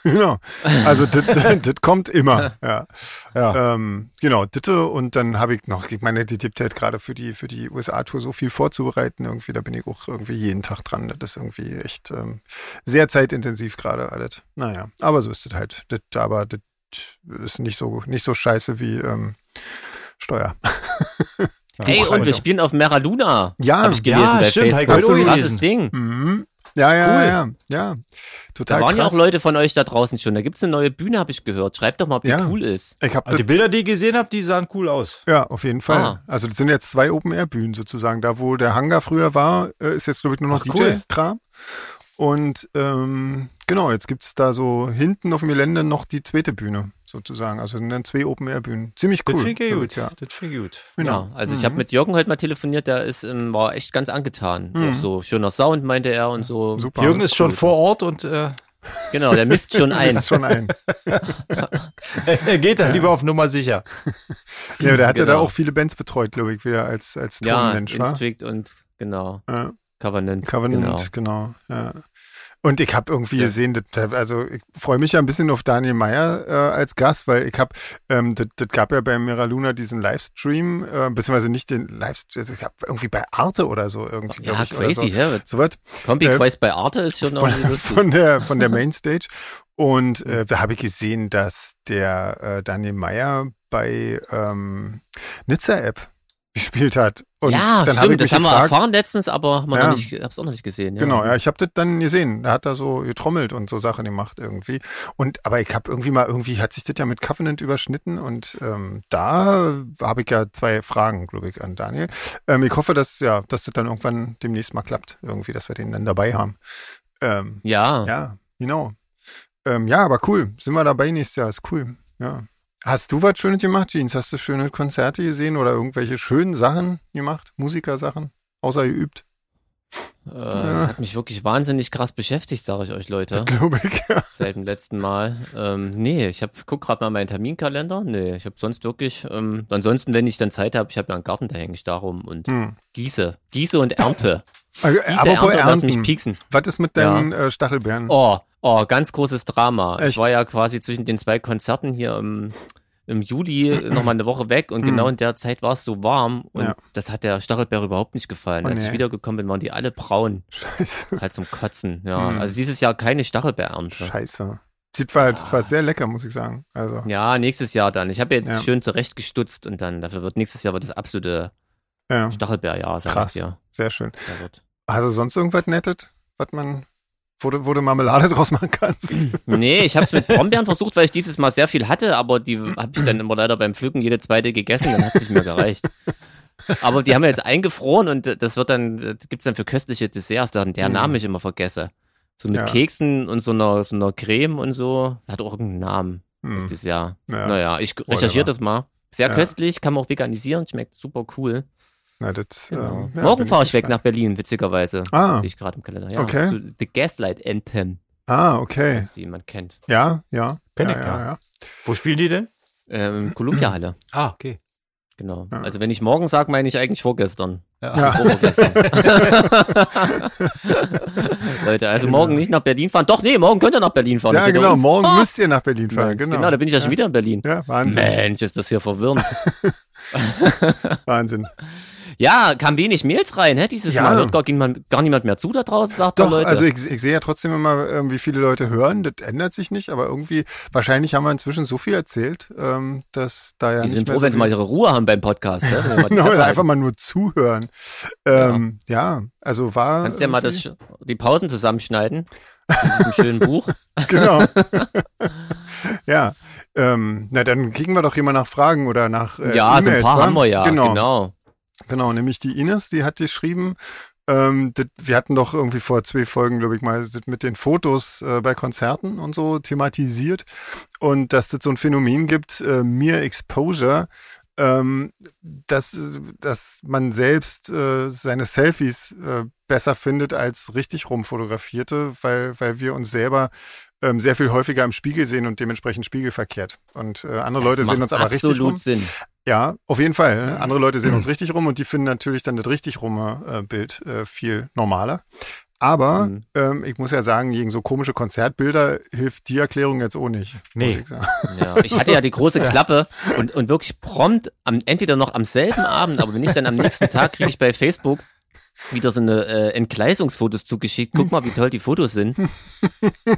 [SPEAKER 1] Genau. Also das das kommt immer. Ja.
[SPEAKER 3] Ja.
[SPEAKER 1] Ähm, genau, Ditte und dann habe ich noch, ich meine, die Tippte halt gerade für die, für die USA-Tour so viel vorzubereiten. Irgendwie, da bin ich auch irgendwie jeden Tag dran. Das ist irgendwie echt ähm, sehr zeitintensiv gerade alles. Naja, aber so ist es halt. Das, aber das ist nicht so, nicht so scheiße wie ähm, Steuer.
[SPEAKER 2] Ey, und wir
[SPEAKER 1] Buchhaltung.
[SPEAKER 2] spielen auf Meraluna.
[SPEAKER 1] Ja,
[SPEAKER 2] Hab ich gelesen
[SPEAKER 3] ja,
[SPEAKER 2] bei
[SPEAKER 3] stimmt, Heiko
[SPEAKER 2] Facebook.
[SPEAKER 3] hat auch
[SPEAKER 2] Krasses Ding.
[SPEAKER 3] gelesen.
[SPEAKER 1] Mhm. Ja, ja,
[SPEAKER 3] Cool.
[SPEAKER 1] ja, ja. Total
[SPEAKER 2] Da waren ja
[SPEAKER 1] krass.
[SPEAKER 2] auch Leute von euch da draußen schon. Da gibt's eine neue Bühne, habe ich gehört. Schreibt doch mal, ob die
[SPEAKER 1] Ja.
[SPEAKER 2] cool ist.
[SPEAKER 1] Ich habe
[SPEAKER 3] Also die Bilder, die ich gesehen habe, die sahen cool aus.
[SPEAKER 1] Ja, auf jeden Fall.
[SPEAKER 2] Ah.
[SPEAKER 1] Also das sind jetzt zwei Open-Air-Bühnen sozusagen. Da, wo der Hangar früher war, äh, ist jetzt, glaube ich, nur noch
[SPEAKER 3] Ach, cool.
[SPEAKER 1] DJ-Kram. Und ähm, genau, jetzt gibt's da so hinten auf dem Gelände noch die zweite Bühne sozusagen. Also sind dann zwei Open-Air-Bühnen. Ziemlich
[SPEAKER 3] Das
[SPEAKER 1] cool.
[SPEAKER 3] finde ich
[SPEAKER 1] glaub
[SPEAKER 3] gut.
[SPEAKER 1] Ja.
[SPEAKER 3] Das finde ich gut.
[SPEAKER 1] Genau.
[SPEAKER 2] Ja, also ich habe mit Jürgen heute mal telefoniert, der ist, ähm, war echt ganz angetan.
[SPEAKER 1] Mhm.
[SPEAKER 2] Auch so schöner Sound, meinte er und so.
[SPEAKER 1] Super.
[SPEAKER 3] Jürgen ist schon vor Ort und äh,
[SPEAKER 2] Genau, der misst schon ein.
[SPEAKER 1] Ist schon ein.
[SPEAKER 3] er geht da lieber auf Nummer sicher.
[SPEAKER 1] Ja, der hat ja da
[SPEAKER 2] Genau.
[SPEAKER 1] auch viele Bands betreut, glaube ich, wieder als, als
[SPEAKER 2] Ja,
[SPEAKER 1] Tonmensch, war.
[SPEAKER 2] Instrict und genau,
[SPEAKER 1] Ja.
[SPEAKER 2] Covenant.
[SPEAKER 1] Covenant, genau. ja. Und ich habe irgendwie gesehen, das, also ich freue mich ja ein bisschen auf Daniel Meyer äh, als Gast, weil ich habe, ähm, das, das gab ja bei Mira Luna diesen Livestream, äh, beziehungsweise nicht den Livestream, also ich habe irgendwie bei Arte oder so irgendwie,
[SPEAKER 2] Genau.
[SPEAKER 1] glaube
[SPEAKER 2] Ja,
[SPEAKER 1] ich.
[SPEAKER 2] crazy,
[SPEAKER 1] Oder
[SPEAKER 2] ja. mit
[SPEAKER 1] so. so was
[SPEAKER 2] Combi-Quest bei Arte ist schon
[SPEAKER 1] von,
[SPEAKER 2] irgendwie lustig. Mhm.
[SPEAKER 1] von der von der Mainstage und äh, da habe ich gesehen, dass der äh, Daniel Meyer bei ähm, Nizza App gespielt hat und
[SPEAKER 2] ja,
[SPEAKER 1] dann habe ich
[SPEAKER 2] stimmt,
[SPEAKER 1] mich
[SPEAKER 2] das haben wir
[SPEAKER 1] gefragt,
[SPEAKER 2] erfahren letztens, aber haben wir
[SPEAKER 1] Ja.
[SPEAKER 2] noch nicht, hab's auch noch nicht gesehen. Ja.
[SPEAKER 1] Genau, ja, ich habe das dann gesehen. Er hat da so getrommelt und so Sachen gemacht irgendwie. Und aber ich habe irgendwie mal irgendwie hat sich das ja mit Covenant überschnitten und ähm, da habe ich ja zwei Fragen, glaube ich, an Daniel. Ähm, ich hoffe, dass ja, dass das dann irgendwann demnächst mal klappt, irgendwie, dass wir den dann dabei haben. Ähm,
[SPEAKER 2] Ja,
[SPEAKER 1] ja, genau. Ähm, ja, aber cool, sind wir dabei nächstes Jahr, ist cool. Ja. Hast du was Schönes gemacht, Jeans? Hast du schöne Konzerte gesehen oder irgendwelche schönen Sachen gemacht, Musikersachen, außer geübt?
[SPEAKER 2] Äh, das hat mich wirklich wahnsinnig krass beschäftigt, sage ich euch, Leute.
[SPEAKER 1] Glaube ich, ja.
[SPEAKER 2] Seit dem letzten Mal. Ähm, nee, ich hab, guck gerade mal meinen Terminkalender. Nee, ich habe sonst wirklich, ähm, ansonsten, wenn ich dann Zeit habe, ich habe ja einen Garten, da hänge ich darum und
[SPEAKER 1] Hm.
[SPEAKER 2] gieße. Gieße und Ernte.
[SPEAKER 1] Also,
[SPEAKER 2] Gieße,
[SPEAKER 1] apropos
[SPEAKER 2] Ernte, lass
[SPEAKER 1] Ernten.
[SPEAKER 2] mich pieksen.
[SPEAKER 1] Was ist mit deinen äh, Stachelbeeren?
[SPEAKER 2] Oh, oh, ganz großes Drama.
[SPEAKER 1] Echt?
[SPEAKER 2] Ich war ja quasi zwischen den zwei Konzerten hier im, im Juli nochmal eine Woche weg und genau in der Zeit war es so warm und
[SPEAKER 1] Hm. Ja.
[SPEAKER 2] das hat der Stachelbeer überhaupt nicht gefallen.
[SPEAKER 1] Oh,
[SPEAKER 2] Als ich
[SPEAKER 1] nee.
[SPEAKER 2] wiedergekommen bin, waren die alle braun,
[SPEAKER 1] Scheiße.
[SPEAKER 2] halt zum Kotzen. Ja,
[SPEAKER 1] Hm.
[SPEAKER 2] also dieses Jahr keine Stachelbeerernte.
[SPEAKER 1] Scheiße. Das war, das war sehr lecker, muss ich sagen. Also,
[SPEAKER 2] Ja, nächstes Jahr dann. Ich habe jetzt
[SPEAKER 1] Ja.
[SPEAKER 2] schön zurechtgestutzt und dann, dafür wird nächstes Jahr wird das absolute
[SPEAKER 1] ja,
[SPEAKER 2] Stachelbeerjahr, sag
[SPEAKER 1] Krass.
[SPEAKER 2] ich dir.
[SPEAKER 1] sehr schön.
[SPEAKER 2] Da wird.
[SPEAKER 1] Hast du sonst irgendwas nettet, was man, wo du, wo du Marmelade draus machen kannst?
[SPEAKER 2] Nee, ich habe es mit Brombeeren versucht, weil ich dieses Mal sehr viel hatte, aber die habe ich dann immer leider beim Pflücken jede zweite gegessen, dann hat es nicht mehr gereicht. Aber die haben wir jetzt eingefroren und das wird dann, das gibt's dann für köstliche Desserts, deren der
[SPEAKER 1] Mhm.
[SPEAKER 2] Namen ich immer vergesse. So mit
[SPEAKER 1] Ja.
[SPEAKER 2] Keksen und so einer, so einer Creme und so. Hat auch irgendeinen Namen,
[SPEAKER 1] Hm,
[SPEAKER 2] ist das ja.
[SPEAKER 1] ja.
[SPEAKER 2] Naja, ich
[SPEAKER 1] Whatever.
[SPEAKER 2] recherchiere das mal. Sehr
[SPEAKER 1] Ja.
[SPEAKER 2] köstlich, kann man auch veganisieren, schmeckt super cool.
[SPEAKER 1] Na, das,
[SPEAKER 2] Genau.
[SPEAKER 1] ähm, ja, bin
[SPEAKER 2] Morgen fahre ich weg
[SPEAKER 1] gespannt.
[SPEAKER 2] nach Berlin, witzigerweise.
[SPEAKER 1] Ah,
[SPEAKER 2] Sehe ich gerade im Kalender. Ja,
[SPEAKER 1] Okay.
[SPEAKER 2] Zu The Gaslight Anthem,
[SPEAKER 1] ah, okay.
[SPEAKER 2] falls die jemand kennt.
[SPEAKER 1] Ja, ja.
[SPEAKER 3] Panic,
[SPEAKER 1] ja, ja, ja.
[SPEAKER 3] Wo spielen die denn?
[SPEAKER 2] Ähm, Columbia-Halle,
[SPEAKER 3] Ah, okay.
[SPEAKER 2] genau.
[SPEAKER 1] Ja.
[SPEAKER 2] Also wenn ich morgen sage, meine ich eigentlich vorgestern.
[SPEAKER 1] Ja.
[SPEAKER 2] Vorgestern. Leute, also morgen nicht nach Berlin fahren. Doch, nee, morgen könnt ihr nach Berlin fahren. Das
[SPEAKER 1] genau. Ja,
[SPEAKER 2] ist
[SPEAKER 1] genau.
[SPEAKER 2] bei uns.
[SPEAKER 1] Morgen
[SPEAKER 2] Ah!
[SPEAKER 1] müsst ihr nach Berlin fahren. Genau.
[SPEAKER 2] genau, da bin ich ja schon wieder in Berlin.
[SPEAKER 1] ja, Wahnsinn.
[SPEAKER 2] Mensch, ist das hier verwirrend.
[SPEAKER 1] Wahnsinn.
[SPEAKER 2] Ja, kam wenig Mails rein, hä, dieses
[SPEAKER 1] Ja.
[SPEAKER 2] Mal. Hört gar, niemand- gar niemand mehr zu da draußen, sagt
[SPEAKER 1] Doch,
[SPEAKER 2] der Leute.
[SPEAKER 1] also ich, ich sehe ja trotzdem immer, ähm, wie viele Leute hören. Das ändert sich nicht, aber irgendwie, wahrscheinlich haben wir inzwischen so viel erzählt, ähm, dass da ja
[SPEAKER 2] die
[SPEAKER 1] nicht
[SPEAKER 2] sind
[SPEAKER 1] mehr
[SPEAKER 2] froh,
[SPEAKER 1] so
[SPEAKER 2] wenn sie mal
[SPEAKER 1] viel-
[SPEAKER 2] ihre Ruhe haben beim Podcast. hä, wenn wir mal die
[SPEAKER 1] Genau,
[SPEAKER 2] Klappe halten.
[SPEAKER 1] einfach mal nur zuhören. Ähm, ja. also war.
[SPEAKER 2] Kannst ja mal das,
[SPEAKER 1] irgendwie-
[SPEAKER 2] Sch- die Pausen zusammenschneiden in diesem schönen Buch.
[SPEAKER 1] Genau. ja. Ähm, na, dann kicken wir doch jemand nach Fragen oder nach. Äh,
[SPEAKER 2] ja, so ein
[SPEAKER 1] E-Mails,
[SPEAKER 2] paar
[SPEAKER 1] wa?
[SPEAKER 2] haben wir ja. Genau. genau.
[SPEAKER 1] Genau, nämlich die Ines, die hat geschrieben, ähm, das, wir hatten doch irgendwie vor zwei Folgen, glaube ich mal, das mit den Fotos äh, bei Konzerten und so thematisiert und dass das so ein Phänomen gibt, äh, Mere Exposure, ähm, dass, äh, dass man selbst äh, seine Selfies äh, besser findet als richtig rumfotografierte, weil, weil wir uns selber ähm, sehr viel häufiger im Spiegel sehen und dementsprechend spiegelverkehrt. Und äh, andere Leute
[SPEAKER 2] das
[SPEAKER 1] sehen
[SPEAKER 2] macht
[SPEAKER 1] uns aber
[SPEAKER 2] absolut
[SPEAKER 1] richtig rum.
[SPEAKER 2] Sinn.
[SPEAKER 1] Ja, auf jeden Fall. ne? Andere Leute sehen uns richtig rum und die finden natürlich dann das richtig rumme äh, Bild äh, viel normaler. Aber
[SPEAKER 2] Mhm.
[SPEAKER 1] ähm, ich muss ja sagen, gegen so komische Konzertbilder hilft die Erklärung jetzt auch nicht.
[SPEAKER 3] Nee.
[SPEAKER 1] muss ich sagen.
[SPEAKER 2] Ja. Ich hatte ja die große Klappe und, und wirklich prompt, am, entweder noch am selben Abend, aber wenn nicht, dann am nächsten Tag kriege ich bei Facebook wieder so eine äh, Entgleisungsfotos zugeschickt. Guck mal, wie toll die Fotos sind.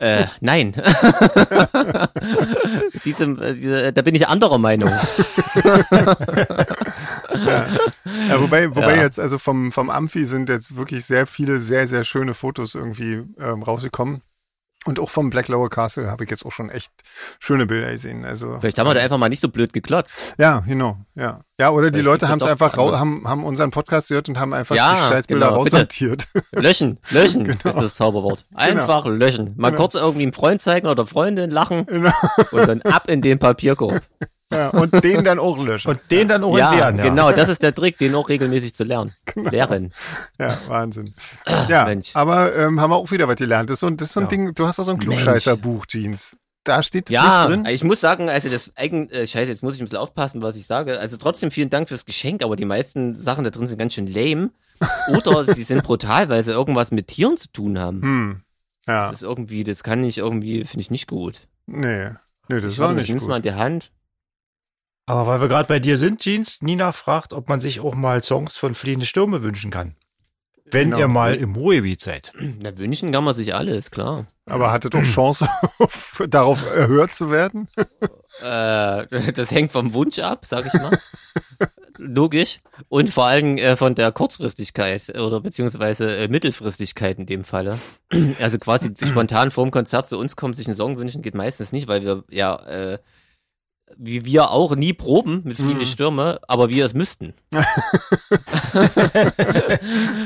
[SPEAKER 2] äh, nein. diese, äh, diese, da bin ich anderer Meinung.
[SPEAKER 1] Ja, wobei wobei
[SPEAKER 2] Ja.
[SPEAKER 1] jetzt also vom, vom Amphi sind jetzt wirklich sehr viele sehr, sehr schöne Fotos irgendwie ähm, rausgekommen. Und auch vom Black Lower Castle habe ich jetzt auch schon echt schöne Bilder gesehen. Also,
[SPEAKER 2] Vielleicht haben wir da einfach mal nicht so blöd geklotzt.
[SPEAKER 1] Ja, genau. Ja, ja oder die
[SPEAKER 2] Vielleicht
[SPEAKER 1] Leute
[SPEAKER 2] gibt's
[SPEAKER 1] haben es
[SPEAKER 2] doch
[SPEAKER 1] einfach rau
[SPEAKER 2] anderes.
[SPEAKER 1] haben, haben unseren Podcast gehört und haben einfach
[SPEAKER 2] Ja,
[SPEAKER 1] die Scheißbilder
[SPEAKER 2] genau, bitte.
[SPEAKER 1] raussortiert.
[SPEAKER 2] Löschen, löschen ist das Zauberwort. Einfach löschen. Mal
[SPEAKER 1] Genau.
[SPEAKER 2] kurz irgendwie einem Freund zeigen oder Freundin lachen
[SPEAKER 1] Genau.
[SPEAKER 2] und dann ab in den Papierkorb.
[SPEAKER 1] Ja, und den dann auch löschen.
[SPEAKER 3] Und den dann auch
[SPEAKER 2] ja,
[SPEAKER 3] entleeren,
[SPEAKER 2] genau, das ist der Trick, den auch regelmäßig zu lernen.
[SPEAKER 1] Genau.
[SPEAKER 2] Lehren.
[SPEAKER 1] Ja, Wahnsinn. Ja,
[SPEAKER 2] Ah, Mensch.
[SPEAKER 1] aber ähm, haben wir auch wieder was gelernt. Das ist so, ein- das ist so ein
[SPEAKER 3] Ja.
[SPEAKER 1] Ding, du hast doch so ein
[SPEAKER 2] Mensch.
[SPEAKER 1] Klugscheißer-Buch, Jeans. Da steht nicht
[SPEAKER 2] Ja,
[SPEAKER 1] drin.
[SPEAKER 2] ich muss sagen, also das eigen, äh, scheiße, jetzt muss ich ein bisschen aufpassen, was ich sage. Also trotzdem vielen Dank fürs Geschenk, aber die meisten Sachen da drin sind ganz schön lame. Oder sie sind brutal, weil sie irgendwas mit Tieren zu tun haben.
[SPEAKER 1] Hm. Ja,
[SPEAKER 2] Das ist irgendwie, das kann ich irgendwie, finde ich nicht gut.
[SPEAKER 1] nee. Nee, das
[SPEAKER 2] ich
[SPEAKER 1] war
[SPEAKER 2] hoffe,
[SPEAKER 1] nicht
[SPEAKER 2] nimm's
[SPEAKER 1] gut.
[SPEAKER 2] mal in die Hand.
[SPEAKER 3] Aber weil wir gerade bei dir sind, Jeans, Nina fragt, ob man sich auch mal Songs von Fliehende Stürme wünschen kann. Wenn
[SPEAKER 1] Genau.
[SPEAKER 3] ihr mal im Ruhrgebiet seid.
[SPEAKER 2] Na, wünschen kann man sich alles, klar.
[SPEAKER 1] Aber hatte doch Chance, auf, darauf erhört zu werden.
[SPEAKER 2] Äh, das hängt vom Wunsch ab, sag ich mal. Logisch. Und vor allem äh, von der Kurzfristigkeit oder beziehungsweise äh, Mittelfristigkeit in dem Falle. Also quasi spontan vorm Konzert zu uns kommen, sich einen Song wünschen, geht meistens nicht, weil wir ja, äh, wie wir auch, nie proben mit fliegende
[SPEAKER 1] Mhm.
[SPEAKER 2] Stürme, aber wir es müssten.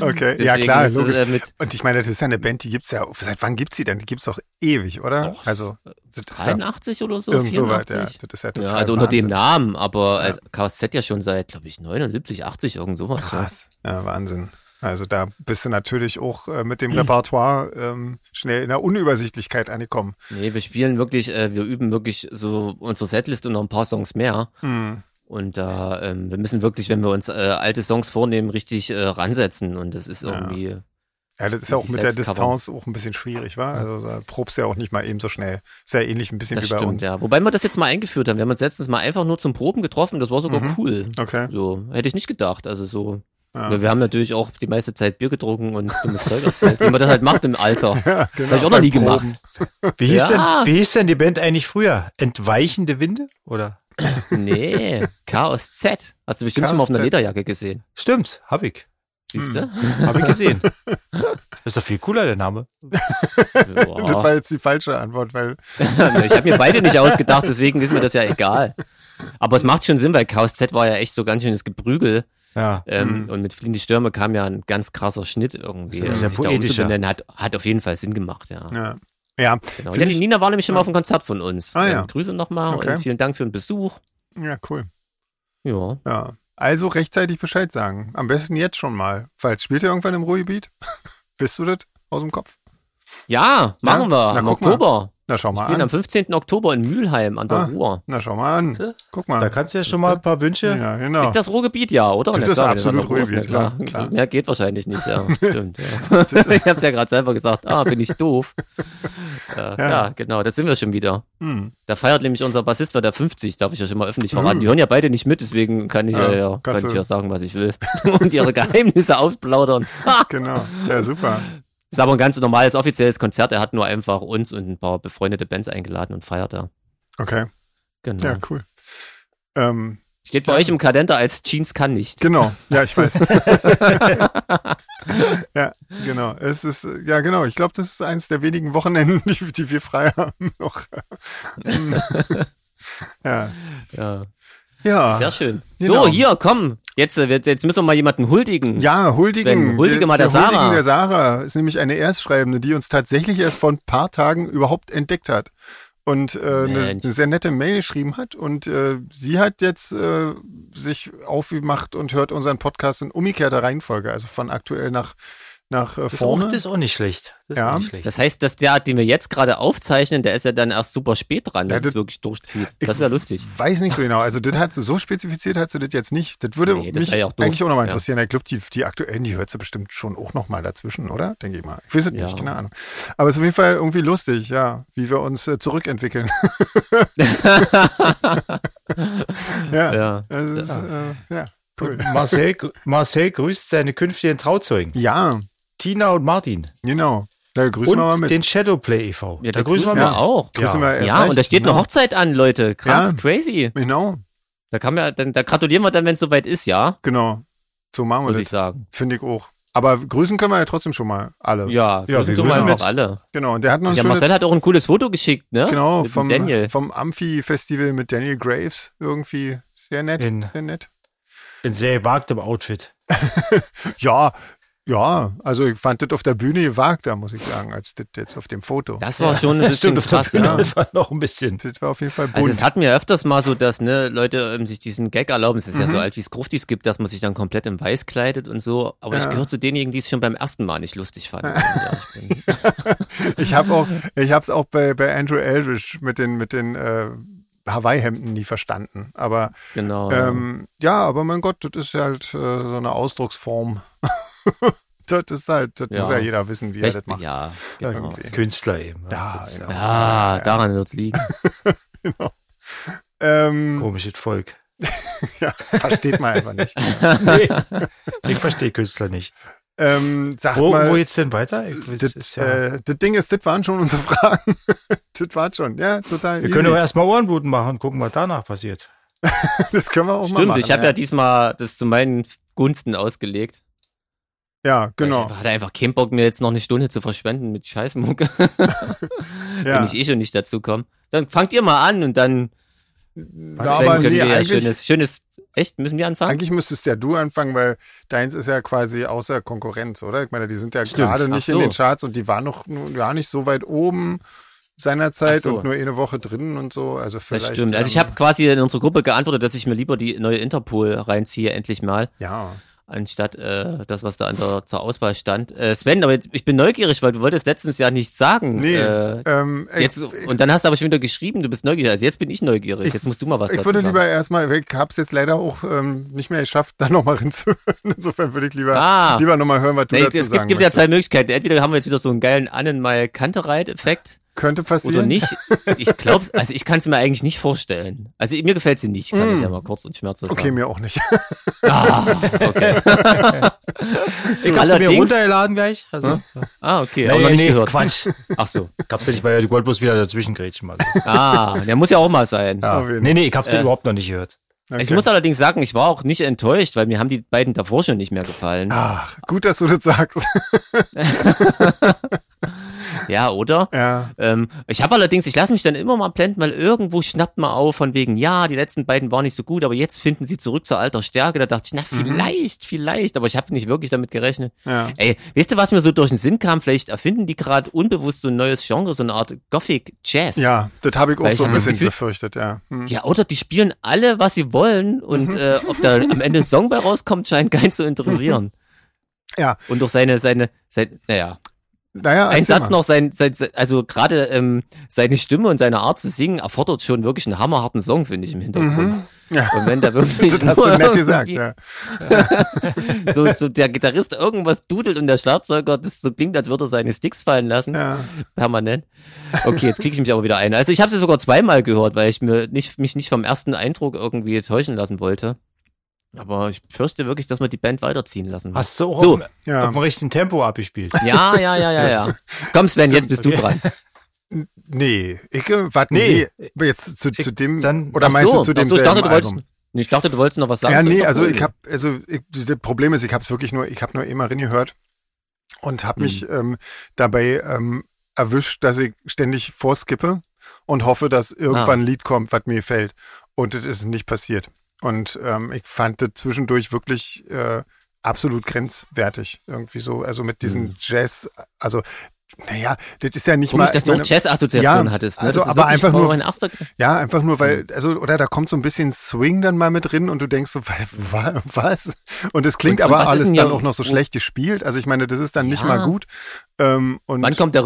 [SPEAKER 1] Okay, ja
[SPEAKER 2] Deswegen
[SPEAKER 1] klar,
[SPEAKER 2] ist es,
[SPEAKER 1] logisch.
[SPEAKER 2] äh, mit
[SPEAKER 1] Und ich meine, das ist ja eine Band, die gibt's ja, seit wann gibt's die denn? Die gibt's doch ewig, oder?
[SPEAKER 2] Doch.
[SPEAKER 1] also, das ist ja
[SPEAKER 2] 83 oder so,
[SPEAKER 1] irgend so weit, ja.
[SPEAKER 2] 84.
[SPEAKER 1] Das ist ja
[SPEAKER 2] Ja,
[SPEAKER 1] total
[SPEAKER 2] also unter dem
[SPEAKER 1] Wahnsinn.
[SPEAKER 2] Namen, aber
[SPEAKER 1] Ja.
[SPEAKER 2] als KSZ ja schon seit, glaube ich, 79, 80, irgend sowas. ja.
[SPEAKER 1] Krass. Ja, Wahnsinn. Also da bist du natürlich auch äh, mit dem Repertoire ähm, schnell in der Unübersichtlichkeit angekommen.
[SPEAKER 2] Nee, wir spielen wirklich, äh, wir üben wirklich so unsere Setlist und noch ein paar Songs mehr. Mhm. Und da, ähm, wir müssen wirklich, wenn wir uns äh, alte Songs vornehmen, richtig äh, ransetzen. Und das ist
[SPEAKER 1] Ja.
[SPEAKER 2] irgendwie.
[SPEAKER 1] Ja, das ist
[SPEAKER 2] Sich
[SPEAKER 1] ja auch mit der
[SPEAKER 2] selbst covern.
[SPEAKER 1] Distanz auch ein bisschen schwierig, war. Also da probst du ja auch nicht mal eben so schnell. Ist ja ähnlich ein bisschen
[SPEAKER 2] Das
[SPEAKER 1] wie bei
[SPEAKER 2] stimmt,
[SPEAKER 1] uns.
[SPEAKER 2] ja. Wobei wir das jetzt mal eingeführt haben. Wir haben uns letztens mal einfach nur zum Proben getroffen. Das war sogar
[SPEAKER 1] Mhm.
[SPEAKER 2] cool.
[SPEAKER 1] Okay.
[SPEAKER 2] So, hätte ich nicht gedacht. Also so
[SPEAKER 1] Ja.
[SPEAKER 2] Aber wir haben natürlich auch die meiste Zeit Bier getrunken und dummes Zeug erzählt, wie man das halt macht im Alter.
[SPEAKER 1] Ja, genau.
[SPEAKER 2] Habe ich auch noch nie
[SPEAKER 1] Beim
[SPEAKER 2] gemacht.
[SPEAKER 1] Proben.
[SPEAKER 3] Wie hieß,
[SPEAKER 2] Ja.
[SPEAKER 3] denn, wie hieß denn die Band eigentlich früher? Entweichende Winde? Oder?
[SPEAKER 2] Nee, Chaos Z. Hast du bestimmt schon mal auf einer
[SPEAKER 1] KOSZ.
[SPEAKER 2] Lederjacke gesehen.
[SPEAKER 3] Stimmt, hab ich.
[SPEAKER 2] Siehst du?
[SPEAKER 1] Hm.
[SPEAKER 3] Hab ich gesehen. Ist doch viel cooler, der Name.
[SPEAKER 1] Das war jetzt die falsche Antwort, weil
[SPEAKER 2] ich habe mir beide nicht ausgedacht, deswegen ist mir das ja egal. Aber es macht schon Sinn, weil Chaos Z war ja echt so ganz schönes Geprügel.
[SPEAKER 3] Ja.
[SPEAKER 2] Ähm,
[SPEAKER 1] Mhm.
[SPEAKER 2] Und mit Fliehende Stürme kam ja ein ganz krasser Schnitt irgendwie. Also
[SPEAKER 3] Das ist ja
[SPEAKER 2] sich da
[SPEAKER 3] poetischer.
[SPEAKER 2] umzubenennen, hat, hat auf jeden Fall Sinn gemacht, ja.
[SPEAKER 1] ja. Ja,
[SPEAKER 2] Genau.
[SPEAKER 1] Find
[SPEAKER 2] Ja, die
[SPEAKER 1] ich-
[SPEAKER 2] Nina war nämlich schon mal auf dem Konzert von uns. Ähm,
[SPEAKER 1] Ah, ja.
[SPEAKER 2] Grüße nochmal
[SPEAKER 1] Okay.
[SPEAKER 2] und vielen Dank für den Besuch.
[SPEAKER 1] ja, cool.
[SPEAKER 2] Ja.
[SPEAKER 1] Ja. Also rechtzeitig Bescheid sagen. Am besten jetzt schon mal. Falls spielt ihr irgendwann im Ruhrgebiet? Wisst du das aus dem Kopf?
[SPEAKER 2] Ja, machen wir.
[SPEAKER 1] na,
[SPEAKER 2] Im
[SPEAKER 1] guck mal.
[SPEAKER 2] Oktober.
[SPEAKER 1] Na, schau
[SPEAKER 2] Wir
[SPEAKER 1] mal
[SPEAKER 2] spielen am
[SPEAKER 1] an.
[SPEAKER 2] 15. Oktober in Mülheim an der
[SPEAKER 1] Ah.
[SPEAKER 2] Ruhr.
[SPEAKER 1] Na, schau mal an. Guck mal.
[SPEAKER 3] Da kannst du ja schon mal ein paar Wünsche.
[SPEAKER 1] ja, genau.
[SPEAKER 2] Ist das Ruhrgebiet, ja, oder?
[SPEAKER 1] Das
[SPEAKER 2] Na
[SPEAKER 1] ist
[SPEAKER 2] klar,
[SPEAKER 1] absolut
[SPEAKER 2] wenn das an der Ruhr ist,
[SPEAKER 1] Ruhrgebiet,
[SPEAKER 2] na
[SPEAKER 1] ja,
[SPEAKER 2] klar.
[SPEAKER 1] klar.
[SPEAKER 2] Mehr geht wahrscheinlich nicht, ja. Stimmt. Ja. ich hab's ja gerade selber gesagt. Ah, bin ich doof. Äh, ja. genau, das sind wir schon wieder.
[SPEAKER 1] Hm.
[SPEAKER 2] Da feiert nämlich unser Bassist war der 50, darf ich ja schon mal
[SPEAKER 1] Mm.
[SPEAKER 2] öffentlich verraten. Die hören ja beide nicht mit, deswegen kann ich ja,
[SPEAKER 1] Ja,
[SPEAKER 2] ja,
[SPEAKER 1] kannst
[SPEAKER 2] kann ich
[SPEAKER 1] du-
[SPEAKER 2] ja sagen, was ich will. Und ihre Geheimnisse ausplaudern. Ha!
[SPEAKER 1] Genau. Ja, super.
[SPEAKER 2] Ist aber ein ganz normales offizielles Konzert. Er hat nur einfach uns und ein paar befreundete Bands eingeladen und feiert da.
[SPEAKER 1] Okay.
[SPEAKER 2] Genau.
[SPEAKER 1] Ja, cool. Ähm,
[SPEAKER 2] Steht bei euch im Kalender als Jeans kann nicht.
[SPEAKER 1] Genau, ja, ich weiß. ja, genau. Es ist, äh, ja, genau. Ich glaube, das ist eins der wenigen Wochenenden, die, die wir frei haben noch. Hm. ja.
[SPEAKER 2] Ja. Sehr
[SPEAKER 1] Ja.
[SPEAKER 2] schön.
[SPEAKER 1] Genau.
[SPEAKER 2] So, hier, komm. Jetzt, äh, jetzt jetzt müssen wir mal jemanden huldigen.
[SPEAKER 1] ja,
[SPEAKER 2] Sven,
[SPEAKER 1] huldigen.
[SPEAKER 2] huldige
[SPEAKER 1] wir,
[SPEAKER 2] mal der
[SPEAKER 1] wir huldigen
[SPEAKER 2] Sarah.
[SPEAKER 1] der Sarah ist nämlich eine Erstschreibende, die uns tatsächlich erst vor ein paar Tagen überhaupt entdeckt hat. Und äh, eine,
[SPEAKER 2] Mensch.
[SPEAKER 1] eine sehr nette Mail geschrieben hat. Und äh, sie hat jetzt äh, sich aufgemacht und hört unseren Podcast in umgekehrter Reihenfolge, also von aktuell nach, nach äh,
[SPEAKER 3] Das, ist auch,
[SPEAKER 1] vorne.
[SPEAKER 3] das ist auch nicht schlecht. Das
[SPEAKER 1] Ja.
[SPEAKER 3] ist auch nicht schlecht.
[SPEAKER 2] Das heißt, dass der, den wir jetzt gerade aufzeichnen, der ist ja dann erst super spät dran,
[SPEAKER 1] Ja,
[SPEAKER 2] dass
[SPEAKER 1] das-
[SPEAKER 2] es wirklich durchzieht. Das wäre lustig.
[SPEAKER 1] Weiß nicht so genau. Also, das hat sie so spezifiziert, hat sie das jetzt nicht. Das würde
[SPEAKER 2] Nee, das
[SPEAKER 1] mich
[SPEAKER 2] wär ja auch doof.
[SPEAKER 1] eigentlich auch nochmal
[SPEAKER 2] Ja.
[SPEAKER 1] interessieren. Ich glaube, die, die aktuellen, die hört sie bestimmt schon auch nochmal dazwischen, oder? Denke ich mal. Ich weiß es
[SPEAKER 2] Ja.
[SPEAKER 1] nicht, keine Ahnung. Aber es ist auf jeden Fall irgendwie lustig, ja, wie wir uns äh, zurückentwickeln. ja.
[SPEAKER 2] Ja.
[SPEAKER 1] Das ist, äh, ja, cool.
[SPEAKER 3] Marcel, Marcel grüßt seine künftigen Trauzeugen.
[SPEAKER 1] Ja,
[SPEAKER 3] Tina und Martin.
[SPEAKER 1] genau. Da grüßen
[SPEAKER 3] und
[SPEAKER 1] wir mal mit.
[SPEAKER 3] den Shadowplay e e.V.
[SPEAKER 2] Ja, da grüßen wir
[SPEAKER 1] wir
[SPEAKER 2] mal auch.
[SPEAKER 1] grüßen wir erst
[SPEAKER 2] Ja,
[SPEAKER 1] recht,
[SPEAKER 2] und da steht eine
[SPEAKER 1] genau.
[SPEAKER 2] Hochzeit an, Leute. Krass,
[SPEAKER 1] Ja.
[SPEAKER 2] crazy.
[SPEAKER 1] Genau,
[SPEAKER 2] Da kann man, dann, da gratulieren wir dann, wenn es soweit ist, ja,
[SPEAKER 1] genau. So machen wir
[SPEAKER 2] würde ich
[SPEAKER 1] das.
[SPEAKER 2] sagen.
[SPEAKER 1] Finde ich auch. Aber grüßen können wir ja trotzdem schon mal alle.
[SPEAKER 2] Ja,
[SPEAKER 3] Ja, wir
[SPEAKER 2] grüßen wir
[SPEAKER 1] grüßen
[SPEAKER 2] einfach
[SPEAKER 1] mit.
[SPEAKER 2] alle.
[SPEAKER 1] Genau. Und der hat noch ein
[SPEAKER 2] Ja,
[SPEAKER 1] schönes
[SPEAKER 2] Marcel hat auch ein cooles Foto geschickt, ne?
[SPEAKER 1] Genau,
[SPEAKER 2] Mit dem
[SPEAKER 1] vom,
[SPEAKER 2] Daniel.
[SPEAKER 1] vom Amphi-Festival mit Daniel Graves. Irgendwie sehr nett.
[SPEAKER 3] In-
[SPEAKER 1] sehr nett.
[SPEAKER 3] In sehr gewagtem Outfit.
[SPEAKER 1] Ja, ja, also ich fand das auf der Bühne gewagter, muss ich sagen, als das jetzt auf dem Foto.
[SPEAKER 2] Das war schon ein bisschen krass, ne? ja.
[SPEAKER 3] Das war noch ein bisschen.
[SPEAKER 1] Das war auf jeden Fall bunt.
[SPEAKER 2] Also es hatten ja öfters mal so, dass ne, Leute ähm, sich diesen Gag erlauben. Es ist
[SPEAKER 1] Mhm.
[SPEAKER 2] ja so alt, wie es Gruftis gibt, dass man sich dann komplett in Weiß kleidet und so. Aber ich
[SPEAKER 1] Ja.
[SPEAKER 2] gehöre zu denjenigen, die es schon beim ersten Mal nicht lustig fanden. ja, ich bin,
[SPEAKER 1] ich habe auch, ich habe es auch bei, bei Andrew Eldridge mit den, mit den äh, Hawaii-Hemden nie verstanden. Aber
[SPEAKER 2] genau.
[SPEAKER 1] ähm, ja, aber mein Gott, das ist halt äh, so eine Ausdrucksform. das ist halt, das
[SPEAKER 2] Ja.
[SPEAKER 1] muss ja jeder wissen, wie
[SPEAKER 2] Vielleicht-
[SPEAKER 1] er das macht.
[SPEAKER 2] ja, genau.
[SPEAKER 1] Irgendwie.
[SPEAKER 3] Künstler eben. ne?
[SPEAKER 1] Ja,
[SPEAKER 3] das ist
[SPEAKER 1] genau.
[SPEAKER 3] ja
[SPEAKER 2] Ah, daran wird's liegen.
[SPEAKER 3] ein
[SPEAKER 1] Ähm,
[SPEAKER 3] Komisches Volk.
[SPEAKER 1] ja, versteht man einfach nicht.
[SPEAKER 3] Nee, ich verstehe Künstler nicht.
[SPEAKER 1] Ähm, sagt
[SPEAKER 3] Wo,
[SPEAKER 1] mal,
[SPEAKER 3] wo geht's denn weiter? Ich, das
[SPEAKER 1] Das,
[SPEAKER 3] ist ja,
[SPEAKER 1] äh, das Ding ist, das waren schon unsere Fragen. das waren schon, ja, total.
[SPEAKER 3] wir
[SPEAKER 1] easy.
[SPEAKER 3] können aber erstmal Ohrenbluten machen und gucken, was danach passiert.
[SPEAKER 1] das können wir auch mal
[SPEAKER 2] Stimmt,
[SPEAKER 1] machen.
[SPEAKER 2] ich habe ja diesmal das zu meinen Gunsten ausgelegt.
[SPEAKER 1] ja,
[SPEAKER 2] Weil
[SPEAKER 1] genau.
[SPEAKER 2] Ich hatte einfach keinen Bock, mir jetzt noch eine Stunde zu verschwenden mit Scheißmucke, wenn
[SPEAKER 1] Ja.
[SPEAKER 2] ich eh schon nicht dazu komme. Dann fangt ihr mal an und dann
[SPEAKER 1] Ja,
[SPEAKER 3] Was
[SPEAKER 1] aber
[SPEAKER 2] können
[SPEAKER 1] nee,
[SPEAKER 2] wir ja
[SPEAKER 1] eigentlich,
[SPEAKER 2] schönes, schönes, echt, müssen wir anfangen?
[SPEAKER 1] eigentlich müsstest ja du anfangen, weil deins ist ja quasi außer Konkurrenz, oder? Ich meine, die sind ja gerade
[SPEAKER 2] Ach
[SPEAKER 1] nicht
[SPEAKER 2] so.
[SPEAKER 1] in den Charts und die waren noch nun gar nicht so weit oben
[SPEAKER 2] Ach
[SPEAKER 1] seinerzeit
[SPEAKER 2] so.
[SPEAKER 1] und nur eine Woche drinnen und so. Also vielleicht.
[SPEAKER 2] Das stimmt. Also ich
[SPEAKER 1] ähm,
[SPEAKER 2] habe quasi in unsere Gruppe geantwortet, dass ich mir lieber die neue Interpol reinziehe, endlich mal,
[SPEAKER 1] Ja.
[SPEAKER 2] anstatt äh, das, was da an der, zur Auswahl stand. Äh, Sven, aber jetzt, ich bin neugierig, weil du wolltest letztens ja nichts sagen.
[SPEAKER 1] Nee.
[SPEAKER 2] Äh,
[SPEAKER 1] ähm, ey,
[SPEAKER 2] jetzt, und dann hast du aber schon wieder geschrieben, du bist neugierig. Also jetzt bin ich neugierig. jetzt musst du mal was
[SPEAKER 1] ich
[SPEAKER 2] dazu
[SPEAKER 1] würde
[SPEAKER 2] sagen.
[SPEAKER 1] lieber erstmal, ich habe es jetzt leider auch ähm, nicht mehr geschafft, da nochmal hinzuhören. Insofern würde ich lieber,
[SPEAKER 2] Ah.
[SPEAKER 1] lieber nochmal hören, was du
[SPEAKER 2] Nee,
[SPEAKER 1] dazu
[SPEAKER 2] es
[SPEAKER 1] sagen
[SPEAKER 2] gibt, gibt ja
[SPEAKER 1] möchtest.
[SPEAKER 2] zwei Möglichkeiten. Entweder haben wir jetzt wieder so einen geilen Annenmal-Kantereit-Effekt
[SPEAKER 1] Könnte passieren.
[SPEAKER 2] Oder nicht? Ich glaube, also ich kann es mir eigentlich nicht vorstellen. Also mir gefällt sie nicht, kann ich ja mal kurz und schmerzlos
[SPEAKER 1] Hm. Okay,
[SPEAKER 2] sagen.
[SPEAKER 1] mir auch nicht.
[SPEAKER 2] Ah, okay.
[SPEAKER 3] Ich hab's mir
[SPEAKER 2] Allerdings-
[SPEAKER 3] runtergeladen gleich. Also,
[SPEAKER 2] Ah, okay. aber noch nicht gehört.
[SPEAKER 3] Quatsch.
[SPEAKER 2] Ach so.
[SPEAKER 3] Gab's ja nicht bei Gold bloß wieder dazwischen grätschen. mal.
[SPEAKER 2] Ah, der muss ja auch mal sein.
[SPEAKER 1] Auf jeden
[SPEAKER 3] Nee, nee, ich hab's
[SPEAKER 2] Äh.
[SPEAKER 3] ja überhaupt noch nicht gehört.
[SPEAKER 1] Okay.
[SPEAKER 2] Ich muss allerdings sagen, ich war auch nicht enttäuscht, weil mir haben die beiden davor schon nicht mehr gefallen.
[SPEAKER 1] Ach, gut, dass du das sagst.
[SPEAKER 2] Ja, oder?
[SPEAKER 1] ja.
[SPEAKER 2] Ähm, ich habe allerdings, ich lasse mich dann immer mal blenden, weil irgendwo schnappt man auf von wegen, ja, die letzten beiden waren nicht so gut, aber jetzt finden sie zurück zur alter Stärke. Da dachte ich, na, vielleicht, vielleicht, aber ich habe nicht wirklich damit gerechnet.
[SPEAKER 1] Mhm. Ja.
[SPEAKER 2] Ey, weißt du, was mir so durch den Sinn kam? Vielleicht erfinden die gerade unbewusst so ein neues Genre, so eine Art Gothic Jazz.
[SPEAKER 1] ja, das habe ich auch
[SPEAKER 2] Weil ich
[SPEAKER 1] so ein
[SPEAKER 2] hab das
[SPEAKER 1] bisschen
[SPEAKER 2] Gefühl-
[SPEAKER 1] befürchtet, ja. Hm.
[SPEAKER 2] Ja, oder die spielen alle, was sie wollen
[SPEAKER 1] Mhm.
[SPEAKER 2] und äh, ob da am Ende ein Song bei rauskommt, scheint keinen zu interessieren.
[SPEAKER 1] Ja.
[SPEAKER 2] Und durch seine, seine, sein, naja,
[SPEAKER 1] Naja,
[SPEAKER 2] ein
[SPEAKER 1] erzähl
[SPEAKER 2] Satz
[SPEAKER 1] mal.
[SPEAKER 2] noch, sein, sein, sein- also gerade ähm, seine Stimme und seine Art zu singen erfordert schon wirklich einen hammerharten Song, finde ich, im Hintergrund.
[SPEAKER 1] Mhm. Ja.
[SPEAKER 2] Und wenn da wirklich
[SPEAKER 1] Das hast du
[SPEAKER 2] nur
[SPEAKER 1] nett gesagt,
[SPEAKER 2] irgendwie
[SPEAKER 1] ja.
[SPEAKER 2] so, so der Gitarrist irgendwas dudelt und der Schlagzeuger das so klingt, als würde er seine Sticks fallen lassen,
[SPEAKER 1] ja.
[SPEAKER 2] permanent. Okay, jetzt kriege ich mich aber wieder ein. Also ich habe sie sogar zweimal gehört, weil ich mir nicht, mich nicht vom ersten Eindruck irgendwie täuschen lassen wollte. Aber ich fürchte wirklich, dass wir die Band weiterziehen lassen.
[SPEAKER 3] Hast du auch
[SPEAKER 2] So.
[SPEAKER 3] auf,
[SPEAKER 1] Ja.
[SPEAKER 3] auf dem richtigen Tempo abgespielt?
[SPEAKER 2] Ja, ja, ja, ja, ja. Komm Sven, jetzt bist du dran.
[SPEAKER 1] Nee, ich, äh, warte, nee.
[SPEAKER 3] Nee.
[SPEAKER 1] Jetzt zu, zu
[SPEAKER 3] Ich-
[SPEAKER 1] dem,
[SPEAKER 3] dann-
[SPEAKER 1] oder
[SPEAKER 2] Ach
[SPEAKER 1] meinst
[SPEAKER 2] so,
[SPEAKER 1] du zu
[SPEAKER 2] ach
[SPEAKER 1] dem
[SPEAKER 2] so, ich dachte, du wolltest,
[SPEAKER 1] Album?
[SPEAKER 2] Ich dachte, du wolltest noch was sagen.
[SPEAKER 1] Ja,
[SPEAKER 2] zu
[SPEAKER 1] nee,
[SPEAKER 2] Interpol.
[SPEAKER 1] also ich habe, also ich, das Problem ist, ich habe es wirklich nur, ich habe nur immer reingehört und habe mich
[SPEAKER 2] Hm.
[SPEAKER 1] ähm, dabei ähm, erwischt, dass ich ständig vorskippe und hoffe, dass irgendwann
[SPEAKER 2] Ah.
[SPEAKER 1] ein Lied kommt, was mir gefällt. Und das ist nicht passiert. Und ähm, ich fand das zwischendurch wirklich äh, absolut grenzwertig irgendwie so. Also mit diesem Jazz, also naja, das ist ja nicht
[SPEAKER 2] Hm. Komisch,
[SPEAKER 1] mal.
[SPEAKER 2] dass
[SPEAKER 1] ich
[SPEAKER 2] du
[SPEAKER 1] meine-
[SPEAKER 2] auch Jazz-Assoziationen
[SPEAKER 1] Ja,
[SPEAKER 2] hattest. Ne?
[SPEAKER 1] also
[SPEAKER 2] das ist
[SPEAKER 1] aber
[SPEAKER 2] wirklich
[SPEAKER 1] einfach nur-
[SPEAKER 2] mein erster.
[SPEAKER 1] Ja, einfach nur,
[SPEAKER 2] Hm.
[SPEAKER 1] weil, also, oder da kommt so ein bisschen Swing dann mal mit drin und du denkst so, wa- wa- was? Und es klingt
[SPEAKER 2] Und- und
[SPEAKER 1] aber
[SPEAKER 2] was ist
[SPEAKER 1] alles
[SPEAKER 2] denn
[SPEAKER 1] dann
[SPEAKER 2] hier-
[SPEAKER 1] auch noch so
[SPEAKER 2] wo-
[SPEAKER 1] schlecht gespielt. Also ich meine, das ist dann nicht mal
[SPEAKER 2] Ja.
[SPEAKER 1] gut. Ähm, und
[SPEAKER 2] Wann kommt der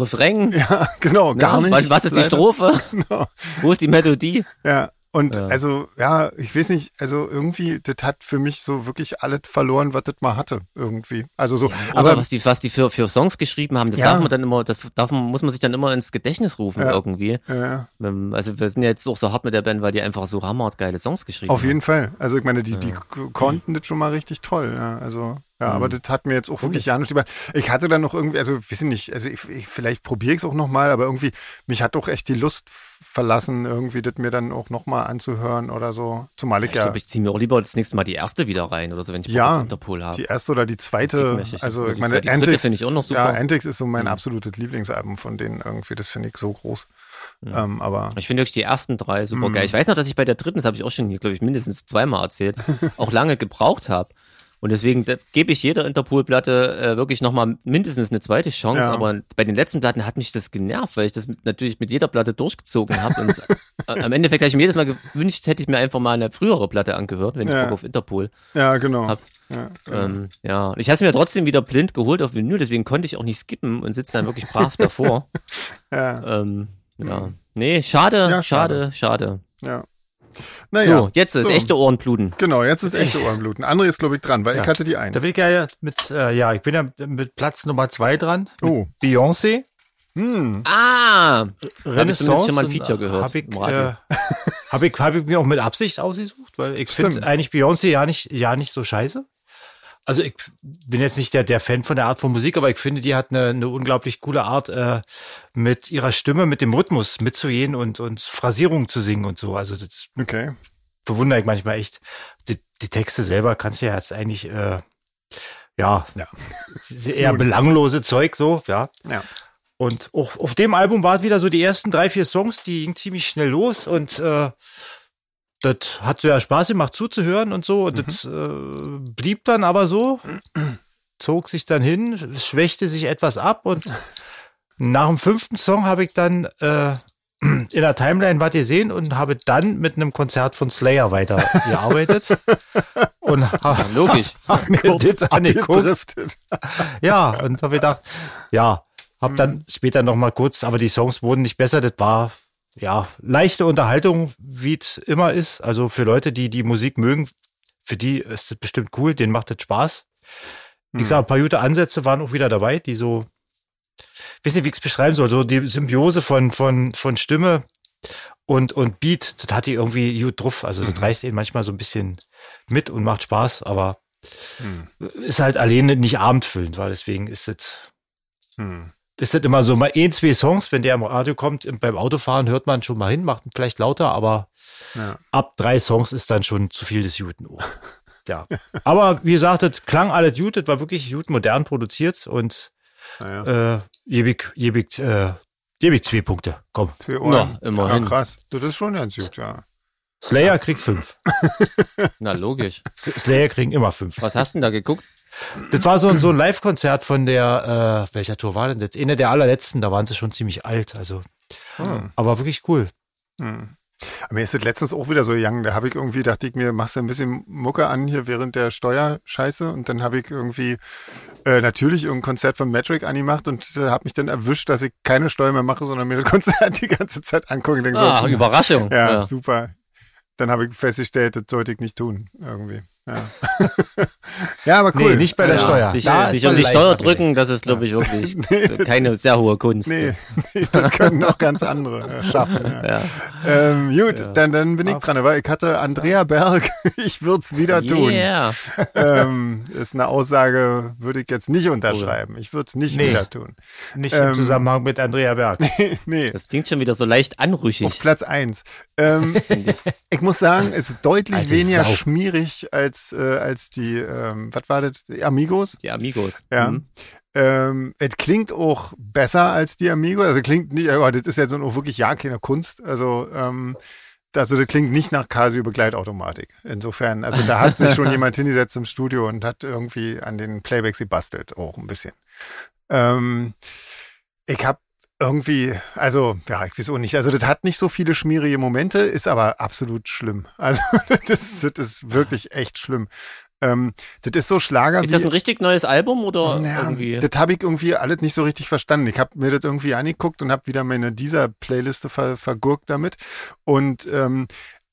[SPEAKER 2] Refrain?
[SPEAKER 1] ja, genau, gar
[SPEAKER 2] Ne?
[SPEAKER 1] nicht.
[SPEAKER 2] Wann, was ist die
[SPEAKER 1] leider.
[SPEAKER 2] Strophe?
[SPEAKER 1] Genau.
[SPEAKER 2] Wo ist die Melodie?
[SPEAKER 1] Ja. Und
[SPEAKER 2] Ja.
[SPEAKER 1] also, ja, ich weiß nicht, also irgendwie, das hat für mich so wirklich alles verloren, was das mal hatte, irgendwie. Also so,
[SPEAKER 2] Oder
[SPEAKER 1] aber
[SPEAKER 2] was die, was die für, für Songs geschrieben haben, das
[SPEAKER 1] Ja.
[SPEAKER 2] darf man dann immer, das darf man, muss man sich dann immer ins Gedächtnis rufen
[SPEAKER 1] Ja.
[SPEAKER 2] irgendwie.
[SPEAKER 1] äh,
[SPEAKER 2] Ähm, Also wir sind ja jetzt auch so hart mit der Band, weil die einfach so hammerhart geile Songs geschrieben
[SPEAKER 1] auf jeden
[SPEAKER 2] haben.
[SPEAKER 1] Fall. Also ich meine, die, die k- konnten das schon mal richtig toll. Ja. Also, ja, aber das hat mir jetzt auch wirklich ja nicht über. Ich hatte dann noch irgendwie, also weiß ich nicht, also ich, ich, vielleicht probiere ich es auch nochmal, aber irgendwie, mich hat doch echt die Lust f- verlassen, irgendwie das mir dann auch nochmal anzuhören oder so. Zumal ich
[SPEAKER 2] Ich
[SPEAKER 1] ja
[SPEAKER 2] glaube, ich ziehe mir auch lieber das nächste Mal die erste wieder rein oder so, wenn ich Bock
[SPEAKER 1] Ja,
[SPEAKER 2] auf Interpol habe.
[SPEAKER 1] die erste oder die zweite,
[SPEAKER 2] Gegnerische,
[SPEAKER 1] also
[SPEAKER 2] oder
[SPEAKER 1] ich
[SPEAKER 2] die
[SPEAKER 1] meine,
[SPEAKER 2] zweite. Die dritte
[SPEAKER 1] Antics,
[SPEAKER 2] finde ich auch noch super.
[SPEAKER 1] ja, Antics ist so mein absolutes Lieblingsalbum von denen irgendwie, das finde ich so groß. Ähm, aber
[SPEAKER 2] Ich finde wirklich die ersten drei super
[SPEAKER 1] Mhm.
[SPEAKER 2] geil. Ich weiß noch, dass ich bei der dritten, das habe ich auch schon hier, glaube ich, mindestens zweimal erzählt, auch lange gebraucht habe. Und deswegen da gebe ich jeder Interpol-Platte äh, wirklich nochmal mindestens eine zweite Chance.
[SPEAKER 1] Ja.
[SPEAKER 2] Aber bei den letzten Platten hat mich das genervt, weil ich das mit- natürlich mit jeder Platte durchgezogen habe. Und es, äh, am Endeffekt habe ich mir jedes Mal gewünscht, hätte ich mir einfach mal eine frühere Platte angehört, wenn
[SPEAKER 1] Ja.
[SPEAKER 2] ich Bock auf Interpol.
[SPEAKER 1] ja, genau.
[SPEAKER 2] Hab-
[SPEAKER 1] ja,
[SPEAKER 2] Ähm, ja, ich habe es mir trotzdem wieder blind geholt auf Vinyl, deswegen konnte ich auch nicht skippen und sitze dann wirklich brav davor.
[SPEAKER 1] ja, Hm.
[SPEAKER 2] Ähm, ja. Nee, schade,
[SPEAKER 1] Ja, schade.
[SPEAKER 2] schade, schade.
[SPEAKER 1] ja. Naja,
[SPEAKER 2] So, jetzt ist
[SPEAKER 1] So.
[SPEAKER 2] echte Ohrenbluten.
[SPEAKER 1] genau, jetzt ist echte Ohrenbluten. André ist, glaube ich, dran, weil ich hatte die ein.
[SPEAKER 3] Da bin ich ja mit, äh, ja, ich bin ja mit Platz Nummer zwei dran.
[SPEAKER 1] Oh.
[SPEAKER 3] Beyoncé.
[SPEAKER 1] Hm.
[SPEAKER 2] Ah! Hab ich zumindest
[SPEAKER 3] Renaissance.
[SPEAKER 2] schon mal ein Feature gehört
[SPEAKER 3] Habe ich,
[SPEAKER 2] im Radio.
[SPEAKER 3] äh, hab ich, hab ich mir auch mit Absicht ausgesucht, weil ich
[SPEAKER 1] Stimmt.
[SPEAKER 3] finde eigentlich Beyoncé ja nicht, ja nicht so scheiße. Also ich bin jetzt nicht der, der Fan von der Art von Musik, aber ich finde, die hat eine, eine unglaublich coole Art, äh, mit ihrer Stimme, mit dem Rhythmus mitzugehen und, und Phrasierungen zu singen und so. Also das
[SPEAKER 1] Okay.
[SPEAKER 3] bewundere ich manchmal echt. Die, die Texte selber kannst du ja jetzt eigentlich, äh, ja,
[SPEAKER 1] Ja.
[SPEAKER 3] eher
[SPEAKER 1] Nun.
[SPEAKER 3] belanglose Zeug so, ja.
[SPEAKER 1] Ja.
[SPEAKER 3] Und auch auf dem Album waren wieder so die ersten drei, vier Songs, die gingen ziemlich schnell los und äh, das hat so ja Spaß gemacht zuzuhören und so.
[SPEAKER 1] Mhm.
[SPEAKER 3] Und das äh, blieb dann aber so, zog sich dann hin, schwächte sich etwas ab und nach dem fünften Song habe ich dann äh, in der Timeline was gesehen und habe dann mit einem Konzert von Slayer weitergearbeitet. und habe
[SPEAKER 2] Logisch.
[SPEAKER 3] hab mir das angeguckt.
[SPEAKER 1] abgedriftet.
[SPEAKER 3] Ja, und habe gedacht, ja, habe dann später noch mal kurz, aber die Songs wurden nicht besser. Das war ja leichte Unterhaltung, wie es immer ist. Also für Leute, die die Musik mögen, für die ist das bestimmt cool. Denen macht das Spaß. Ich sag, ein paar gute Ansätze waren auch wieder dabei, die so weiß nicht, wie ich es beschreiben soll, so die Symbiose von, von, von Stimme und, und Beat, das hat die irgendwie gut drauf. Also das reißt ihn manchmal so ein bisschen mit und macht Spaß, aber
[SPEAKER 1] Hm.
[SPEAKER 3] ist halt alleine nicht abendfüllend, weil deswegen ist das,
[SPEAKER 1] Hm.
[SPEAKER 3] ist das immer so mal ein, zwei Songs, wenn der im Radio kommt, im- beim Autofahren hört man schon mal hin, macht ihn vielleicht lauter, aber
[SPEAKER 1] Ja.
[SPEAKER 3] ab drei Songs ist dann schon zu viel des Juten. Oh. Ja. Aber wie gesagt, das klang alles gut, das war wirklich gut modern produziert und
[SPEAKER 1] Naja.
[SPEAKER 3] äh, Jebig, Jebig, äh, Jebig zwei Punkte. Komm.
[SPEAKER 1] Für
[SPEAKER 2] Na,
[SPEAKER 1] Ohren. ja,
[SPEAKER 2] immerhin.
[SPEAKER 1] krass. Das ist schon ganz gut, ja.
[SPEAKER 3] Slayer kriegt fünf.
[SPEAKER 2] Na, logisch.
[SPEAKER 3] S- Slayer kriegen immer fünf.
[SPEAKER 2] Was hast du denn da geguckt?
[SPEAKER 3] Das war so ein, so ein Live-Konzert von der, äh, welcher Tour war denn das? Eine der allerletzten, da waren sie schon ziemlich alt, also. Aber wirklich cool.
[SPEAKER 1] Hm. Aber Mir ist das letztens auch wieder so gegangen. Da habe ich irgendwie, dachte ich mir, machst du ein bisschen Mucke an hier während der Steuerscheiße. Und dann habe ich irgendwie äh, natürlich irgendein Konzert von Metric angemacht und äh, habe mich dann erwischt, dass ich keine Steuer mehr mache, sondern mir das Konzert die ganze Zeit angucke und denke
[SPEAKER 2] Ah,
[SPEAKER 1] so,
[SPEAKER 2] Überraschung.
[SPEAKER 1] ja,
[SPEAKER 2] Ja.
[SPEAKER 1] super. Dann habe ich festgestellt, das sollte ich nicht tun, irgendwie. Ja, ja aber cool.
[SPEAKER 3] Nee, nicht bei der
[SPEAKER 2] Ja,
[SPEAKER 3] Steuer.
[SPEAKER 2] Sich,
[SPEAKER 3] Da ist
[SPEAKER 2] sich
[SPEAKER 3] man
[SPEAKER 2] um die
[SPEAKER 3] leicht
[SPEAKER 2] Steuer
[SPEAKER 3] abgelenkt.
[SPEAKER 2] drücken, das ist, glaube ich, wirklich keine sehr hohe Kunst.
[SPEAKER 1] Nee,
[SPEAKER 2] Das-
[SPEAKER 1] nee, das können auch ganz andere äh, schaffen. Ja.
[SPEAKER 2] Ja.
[SPEAKER 1] Ähm, gut, dann, dann bin ich dran, aber ich hatte Andrea Berg, ich würde es wieder tun.
[SPEAKER 2] Yeah.
[SPEAKER 1] ähm, ist eine Aussage, würde ich jetzt nicht unterschreiben. Ich würde es nicht
[SPEAKER 3] Nee.
[SPEAKER 1] wieder tun.
[SPEAKER 3] Nicht
[SPEAKER 1] Ähm,
[SPEAKER 3] im Zusammenhang mit Andrea Berg.
[SPEAKER 1] nee,
[SPEAKER 2] Das klingt schon wieder so leicht
[SPEAKER 1] auf
[SPEAKER 2] anrüchig.
[SPEAKER 1] Platz eins. Ähm, ich muss sagen, es ist deutlich
[SPEAKER 3] Alte
[SPEAKER 1] weniger
[SPEAKER 3] Sau.
[SPEAKER 1] schmierig als, äh, als die, ähm, was war das, Die Amigos?
[SPEAKER 2] Die Amigos.
[SPEAKER 1] Ja.
[SPEAKER 2] Mhm.
[SPEAKER 1] Ähm, es klingt auch besser als die Amigos. Also klingt nicht, aber das ist jetzt nun auch wirklich ja keine Kunst. Also, ähm, also das klingt nicht nach Casio-Begleitautomatik. Insofern, also da hat sich schon jemand hingesetzt im Studio und hat irgendwie an den Playbacks gebastelt, auch ein bisschen. Ähm, ich habe irgendwie, also ja, ich weiß auch nicht, also das hat nicht so viele schmierige Momente, ist aber absolut schlimm. Also das, das ist wirklich echt schlimm. Ähm, das ist so Schlager
[SPEAKER 2] Ist
[SPEAKER 1] wie
[SPEAKER 2] das ein richtig neues Album oder
[SPEAKER 1] ja,
[SPEAKER 2] irgendwie?
[SPEAKER 1] Das habe ich irgendwie alles nicht so richtig verstanden. Ich habe mir das irgendwie angeguckt und habe wieder meine dieser Playliste ver vergurkt damit. Und ähm,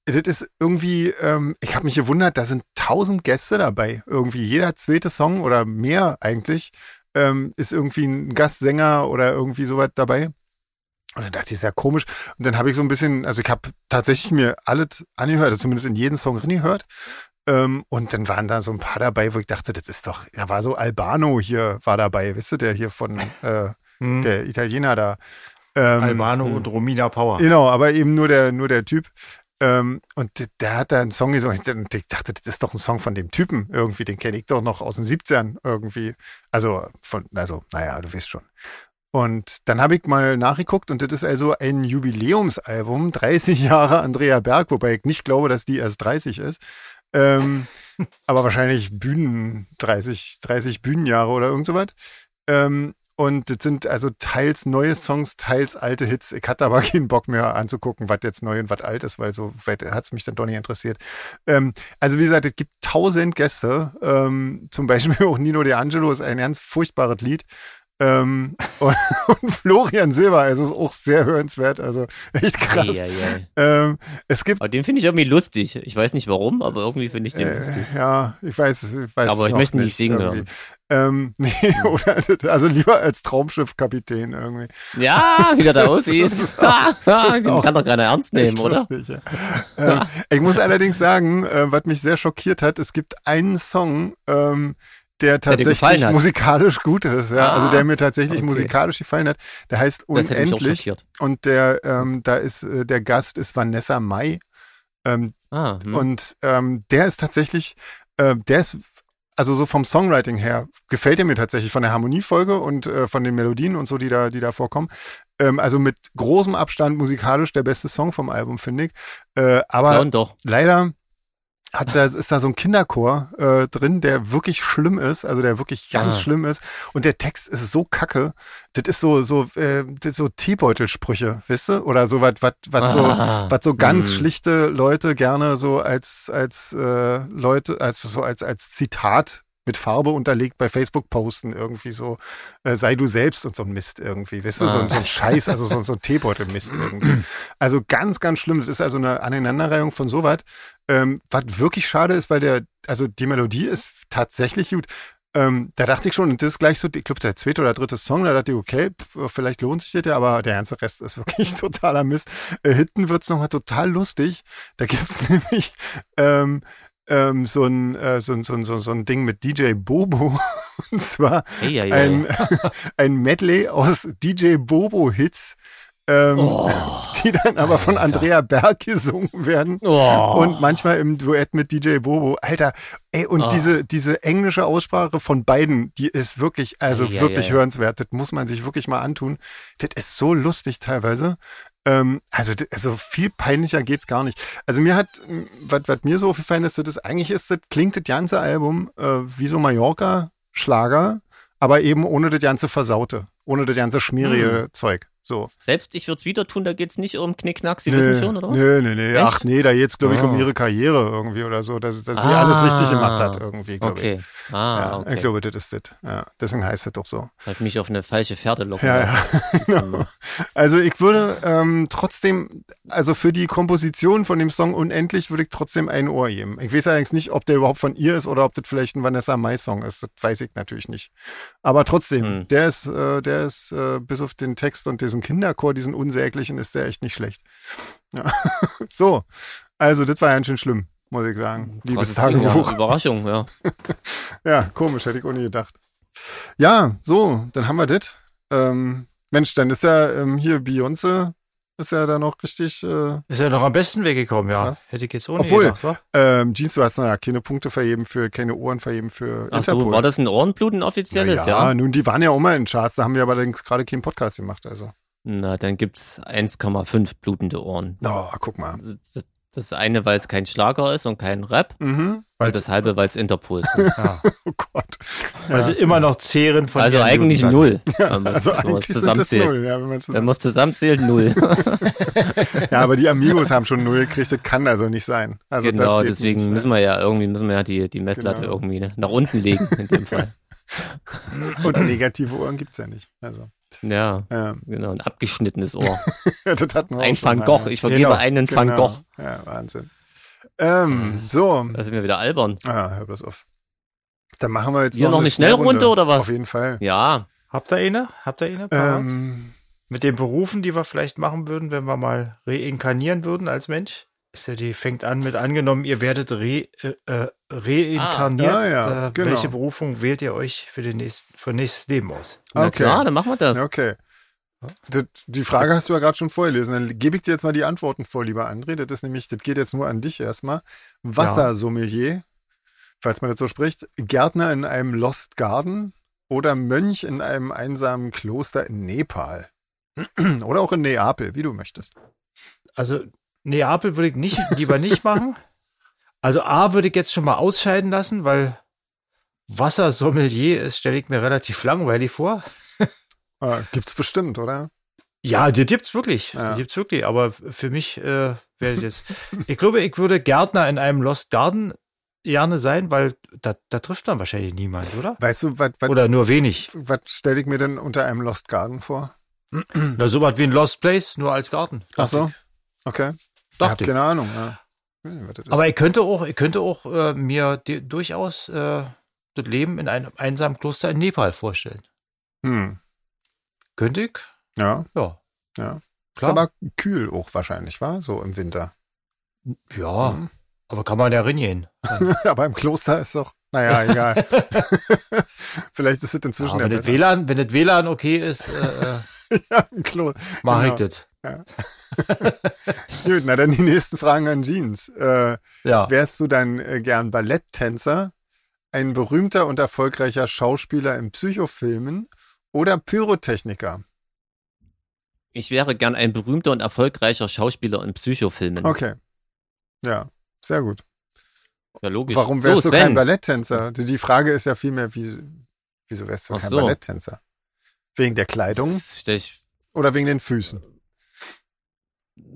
[SPEAKER 1] das ist irgendwie, ähm, ich habe mich gewundert, da sind tausend Gäste dabei. Irgendwie jeder zweite Song oder mehr eigentlich ähm, ist irgendwie ein Gastsänger oder irgendwie sowas dabei. Und dann dachte ich, ist ja komisch. Und dann habe ich so ein bisschen, also ich habe tatsächlich mir alles angehört, also zumindest in jeden Song reingehört. Ähm, und dann waren da so ein paar dabei, wo ich dachte, das ist doch, da war so Albano hier, war dabei, wisst ihr, der hier von, äh,
[SPEAKER 3] Hm.
[SPEAKER 1] der Italiener da. Ähm,
[SPEAKER 3] Albano
[SPEAKER 2] Hm.
[SPEAKER 3] und Romina Power.
[SPEAKER 1] Genau, aber eben nur der, nur der Typ. Ähm, und d- der hat da einen Song gesungen. Und ich dachte, das ist doch ein Song von dem Typen irgendwie. Den kenne ich doch noch aus den 70ern irgendwie. Also, von, also, naja, du weißt schon. Und dann habe ich mal nachgeguckt und das ist also ein Jubiläumsalbum, 30 Jahre Andrea Berg, wobei ich nicht glaube, dass die erst 30 ist. Ähm, aber wahrscheinlich Bühnen, 30, 30 Bühnenjahre oder irgend sowas. Ähm, und das sind also teils neue Songs, teils alte Hits. Ich hatte aber keinen Bock mehr anzugucken, was jetzt neu und was alt ist, weil so weit hat es mich dann doch nicht interessiert. Ähm, also wie gesagt, es gibt tausend Gäste. Ähm, zum Beispiel auch Nino De Angelo ist ein ganz furchtbares Lied. Ähm, und, und Florian Silber, also ist auch sehr hörenswert. Also echt krass.
[SPEAKER 2] Ei, ei, ei.
[SPEAKER 1] Ähm, es gibt
[SPEAKER 2] Aber den finde ich irgendwie lustig. Ich weiß nicht warum, aber irgendwie finde ich den lustig.
[SPEAKER 1] äh, ja, ich weiß, ich weiß.
[SPEAKER 2] Aber ich
[SPEAKER 1] noch
[SPEAKER 2] möchte nicht singen
[SPEAKER 1] irgendwie. Ähm, nee, oder, also lieber als Traumschiffkapitän irgendwie.
[SPEAKER 2] Ja, wie der da aussieht. Ha, ha, Den
[SPEAKER 1] auch
[SPEAKER 2] kann doch keiner ernst nehmen,
[SPEAKER 1] Echt
[SPEAKER 2] oder?
[SPEAKER 1] Lustig, ja. ähm, ich muss allerdings sagen, äh, was mich sehr schockiert hat, es gibt einen Song, ähm, der
[SPEAKER 2] dir
[SPEAKER 1] tatsächlich
[SPEAKER 2] gefallen hat.
[SPEAKER 1] musikalisch gut ist, ja.
[SPEAKER 2] Ah,
[SPEAKER 1] also der mir tatsächlich
[SPEAKER 2] okay.
[SPEAKER 1] musikalisch gefallen hat. Der heißt
[SPEAKER 2] Das hätte mich auch
[SPEAKER 1] Unendlich
[SPEAKER 2] schockiert.
[SPEAKER 1] und der, ähm, da ist, äh, der Gast ist Vanessa Mai. Ähm,
[SPEAKER 2] Ah, hm.
[SPEAKER 1] und ähm, der ist tatsächlich, äh, der ist, also so vom Songwriting her, gefällt er mir tatsächlich von der Harmoniefolge und äh, von den Melodien und so, die da, die da vorkommen. Ähm, also mit großem Abstand musikalisch der beste Song vom Album, finde ich. Äh, aber
[SPEAKER 2] ja, und doch.
[SPEAKER 1] leider hat da, ist da so ein Kinderchor äh, drin, der wirklich schlimm ist, also der wirklich ganz
[SPEAKER 2] Ah.
[SPEAKER 1] schlimm ist. Und der Text ist so kacke. Das ist so, so, äh, das ist so Teebeutelsprüche, wisst ihr? Oder so was, was, was so,
[SPEAKER 2] Ah.
[SPEAKER 1] was so ganz
[SPEAKER 2] Hm.
[SPEAKER 1] schlichte Leute gerne so als, als äh, Leute, als so als, als Zitat mit Farbe unterlegt bei Facebook posten, irgendwie so, äh, sei du selbst und so ein Mist irgendwie, weißt du, so,
[SPEAKER 2] Ah.
[SPEAKER 1] so ein Scheiß, also so, so ein Teebeutelmist irgendwie. Also ganz, ganz schlimm. Das ist also eine Aneinanderreihung von sowas. Ähm, was wirklich schade ist, weil der, also die Melodie ist tatsächlich gut. Ähm, da dachte ich schon, und das ist gleich so, ich glaube, der zweite oder dritte Song, da dachte ich, okay, pf, vielleicht lohnt sich das ja, aber der ganze Rest ist wirklich totaler Mist. Äh, hinten wird's nochmal total lustig. Da gibt's nämlich ähm, ähm, so, ein, äh, so, ein- so, ein- so, ein- so ein Ding mit DJ Bobo. Und zwar
[SPEAKER 2] Ei, ei, ei.
[SPEAKER 1] ein, ein Medley aus DJ Bobo-Hits, ähm, die dann aber von Andrea Berg gesungen werden.
[SPEAKER 2] Oh.
[SPEAKER 1] Und manchmal im Duett mit DJ Bobo. Alter, ey, und
[SPEAKER 2] Oh.
[SPEAKER 1] diese, diese englische Aussprache von beiden, die ist wirklich, also
[SPEAKER 2] Ei, ei,
[SPEAKER 1] wirklich
[SPEAKER 2] ei.
[SPEAKER 1] hörenswert. Das muss man sich wirklich mal antun. Das ist so lustig teilweise. Ähm, also, d- also viel peinlicher geht's gar nicht. Also mir hat, was mir so aufgefallen ist, das ist, eigentlich ist das, klingt das ganze Album äh, wie so Mallorca-Schlager, aber eben ohne das ganze Versaute, ohne das ganze schmierige Zeug. So.
[SPEAKER 2] Selbst ich würde es wieder tun, da geht's nicht um Knickknack, Sie wissen schon, oder was?
[SPEAKER 1] Nö, nö, nö.
[SPEAKER 2] Echt?
[SPEAKER 1] Ach nee, da geht's, glaube ich, um
[SPEAKER 3] Ah.
[SPEAKER 1] ihre Karriere irgendwie oder so, dass, dass sie
[SPEAKER 2] Ah.
[SPEAKER 1] alles richtig gemacht hat irgendwie, glaube ich.
[SPEAKER 2] Okay.
[SPEAKER 1] Ja,
[SPEAKER 2] Ah, okay.
[SPEAKER 1] Ich glaube, das ist das. Ja, deswegen heißt das doch so.
[SPEAKER 2] Hat mich auf eine falsche Pferde locken
[SPEAKER 1] Ja,
[SPEAKER 2] lassen. Das ist immer-
[SPEAKER 1] Also ich würde ähm, trotzdem, also für die Komposition von dem Song Unendlich würde ich trotzdem ein Ohr geben. Ich weiß allerdings nicht, ob der überhaupt von ihr ist oder ob das vielleicht ein Vanessa Mai Song ist. Das weiß ich natürlich nicht. Aber trotzdem,
[SPEAKER 2] Hm.
[SPEAKER 1] der ist, äh, der ist äh, bis auf den Text und diesen Kinderchor, diesen unsäglichen, ist der echt nicht schlecht. Ja. so, also das war ganz schön schlimm, muss ich sagen. Liebes
[SPEAKER 2] Hm, Krasses Ding,
[SPEAKER 1] Tagebuch.
[SPEAKER 2] Ja, Überraschung, ja.
[SPEAKER 1] Ja, komisch, hätte ich ohne gedacht. Ja, so, dann haben wir das. Ähm, Mensch, dann ist ja ähm, hier Beyoncé, ist ja da noch richtig. Äh,
[SPEAKER 3] Ist ja noch am besten weggekommen, ja.
[SPEAKER 1] Krass.
[SPEAKER 3] Hätte ich jetzt ohne
[SPEAKER 1] Obwohl-
[SPEAKER 3] gedacht, wa?
[SPEAKER 1] ähm, Jeans, du hast naja, keine Punkte vergeben für, keine Ohren vergeben für
[SPEAKER 2] Ach
[SPEAKER 1] Interpol.
[SPEAKER 2] so, war das ein Ohrenbluten offizielles,
[SPEAKER 1] ja,
[SPEAKER 2] ja?
[SPEAKER 1] nun, die waren ja auch mal in Charts, da haben wir aber allerdings gerade keinen Podcast gemacht. Also,
[SPEAKER 2] Na, dann gibt's 1,5 blutende Ohren.
[SPEAKER 1] na, guck mal.
[SPEAKER 2] Das, das eine, weil es kein Schlager ist und kein Rap.
[SPEAKER 1] Mhm.
[SPEAKER 2] Und das halbe, weil es Interpol ist.
[SPEAKER 3] Ja.
[SPEAKER 1] Oh Gott.
[SPEAKER 3] Also immer noch zehren von
[SPEAKER 2] Also
[SPEAKER 3] ihren
[SPEAKER 2] eigentlich
[SPEAKER 3] Jugendlichen.
[SPEAKER 2] null. Wenn man es
[SPEAKER 1] Also
[SPEAKER 2] wenn man es
[SPEAKER 1] eigentlich sind das
[SPEAKER 2] zusammenzählt.
[SPEAKER 1] null, ja, wenn man
[SPEAKER 2] Wenn
[SPEAKER 1] zusammen,
[SPEAKER 2] man es zusammenzählt, null.
[SPEAKER 1] ja, aber die Amigos haben schon null gekriegt, das kann also nicht sein. Also das
[SPEAKER 2] genau,
[SPEAKER 1] geht
[SPEAKER 2] deswegen
[SPEAKER 1] nicht, ne?
[SPEAKER 2] müssen wir ja irgendwie müssen wir ja die, die Messlatte
[SPEAKER 1] Genau.
[SPEAKER 2] irgendwie ne, nach unten legen in dem Fall.
[SPEAKER 1] Und negative Ohren gibt's ja nicht. Also,
[SPEAKER 2] Ja,
[SPEAKER 1] ähm,
[SPEAKER 2] genau, ein abgeschnittenes Ohr.
[SPEAKER 1] das hatten wir
[SPEAKER 2] Ein
[SPEAKER 1] auch schon
[SPEAKER 2] Van
[SPEAKER 1] mal,
[SPEAKER 2] Gogh,
[SPEAKER 1] ja.
[SPEAKER 2] ich vergebe
[SPEAKER 3] Genau,
[SPEAKER 2] einen Van Gogh. Also
[SPEAKER 1] Ja, Wahnsinn. Ähm, so,
[SPEAKER 2] Da sind wir wieder albern.
[SPEAKER 1] ah, hör bloß auf. Dann machen wir jetzt
[SPEAKER 2] Hier noch eine Schnellrunde, oder was?
[SPEAKER 1] Auf jeden Fall.
[SPEAKER 2] Ja,
[SPEAKER 3] Habt ihr eine? Habt ihr eine? parat?
[SPEAKER 1] Ähm,
[SPEAKER 3] Mit den Berufen, die wir vielleicht machen würden, wenn wir mal reinkarnieren würden als Mensch. Ist ja die fängt an mit angenommen, ihr werdet re, äh,
[SPEAKER 2] Ah,
[SPEAKER 3] äh, reinkarniert.
[SPEAKER 1] Ah, ja,
[SPEAKER 3] äh,
[SPEAKER 1] genau.
[SPEAKER 3] Welche Berufung wählt ihr euch für, den nächsten, für nächstes Leben aus?
[SPEAKER 2] na
[SPEAKER 1] Okay.
[SPEAKER 2] klar, dann machen wir das.
[SPEAKER 1] okay. Das, die Frage hast du ja gerade schon vorgelesen. Dann gebe ich dir jetzt mal die Antworten vor, lieber André. Das ist nämlich, das geht jetzt nur an dich erstmal. Wassersommelier, falls man das so spricht, Gärtner in einem Lost Garden oder Mönch in einem einsamen Kloster in Nepal. Oder auch in Neapel, wie du möchtest.
[SPEAKER 3] Also Neapel würde ich nicht, lieber nicht machen. Also A würde ich jetzt schon mal ausscheiden lassen, weil Wassersommelier ist, stelle ich mir relativ langweilig vor.
[SPEAKER 1] Äh, gibt's bestimmt, oder?
[SPEAKER 3] Ja, die gibt's wirklich.
[SPEAKER 1] Ja.
[SPEAKER 3] Die gibt's wirklich. Aber f- für mich äh, wäre das. ich glaube, ich würde Gärtner in einem Lost Garden gerne sein, weil da, da trifft dann wahrscheinlich niemand, oder?
[SPEAKER 1] Weißt du, was
[SPEAKER 3] Oder nur wenig.
[SPEAKER 1] stelle ich mir denn unter einem Lost Garden vor?
[SPEAKER 3] Na, so was wie ein Lost Place, nur als Garten.
[SPEAKER 1] Ach so. Okay. Ich habe
[SPEAKER 3] Dachte ich.
[SPEAKER 1] keine Ahnung. Ja. Ich weiß nicht, was das ist.
[SPEAKER 3] Aber ich könnte auch, ich könnte auch äh, mir di- durchaus äh, das Leben in einem einsamen Kloster in Nepal vorstellen.
[SPEAKER 1] hm.
[SPEAKER 3] Könnte ich?
[SPEAKER 1] Ja,
[SPEAKER 3] Ja.
[SPEAKER 1] ja.
[SPEAKER 3] Klar.
[SPEAKER 1] Ist aber kühl auch wahrscheinlich, war so im Winter.
[SPEAKER 3] Ja.
[SPEAKER 1] Mhm.
[SPEAKER 3] Aber kann man da reingehen?
[SPEAKER 1] aber im Kloster ist doch, naja, egal. Vielleicht ist es inzwischen
[SPEAKER 3] Ja, wenn,
[SPEAKER 1] ja
[SPEAKER 3] das
[SPEAKER 1] besser.
[SPEAKER 3] WLAN, wenn das WLAN okay ist, äh, äh,
[SPEAKER 1] ja, im Kloster. Genau.
[SPEAKER 3] mache ich das.
[SPEAKER 1] Gut, na dann die nächsten Fragen an Jeans. Äh,
[SPEAKER 3] Ja.
[SPEAKER 1] Wärst du dann äh, gern Balletttänzer, ein berühmter und erfolgreicher Schauspieler in Psychofilmen oder Pyrotechniker?
[SPEAKER 2] Ich wäre gern ein berühmter und erfolgreicher Schauspieler in Psychofilmen.
[SPEAKER 1] Okay. Ja, sehr gut.
[SPEAKER 2] Ja, logisch.
[SPEAKER 1] Warum wärst
[SPEAKER 2] so,
[SPEAKER 1] du kein
[SPEAKER 2] Sven.
[SPEAKER 1] Balletttänzer? Die die Frage ist ja vielmehr, wie, wieso wärst du
[SPEAKER 2] Ach
[SPEAKER 1] kein
[SPEAKER 2] so.
[SPEAKER 1] Balletttänzer? Wegen der Kleidung
[SPEAKER 2] Das stell ich,
[SPEAKER 1] oder wegen den Füßen?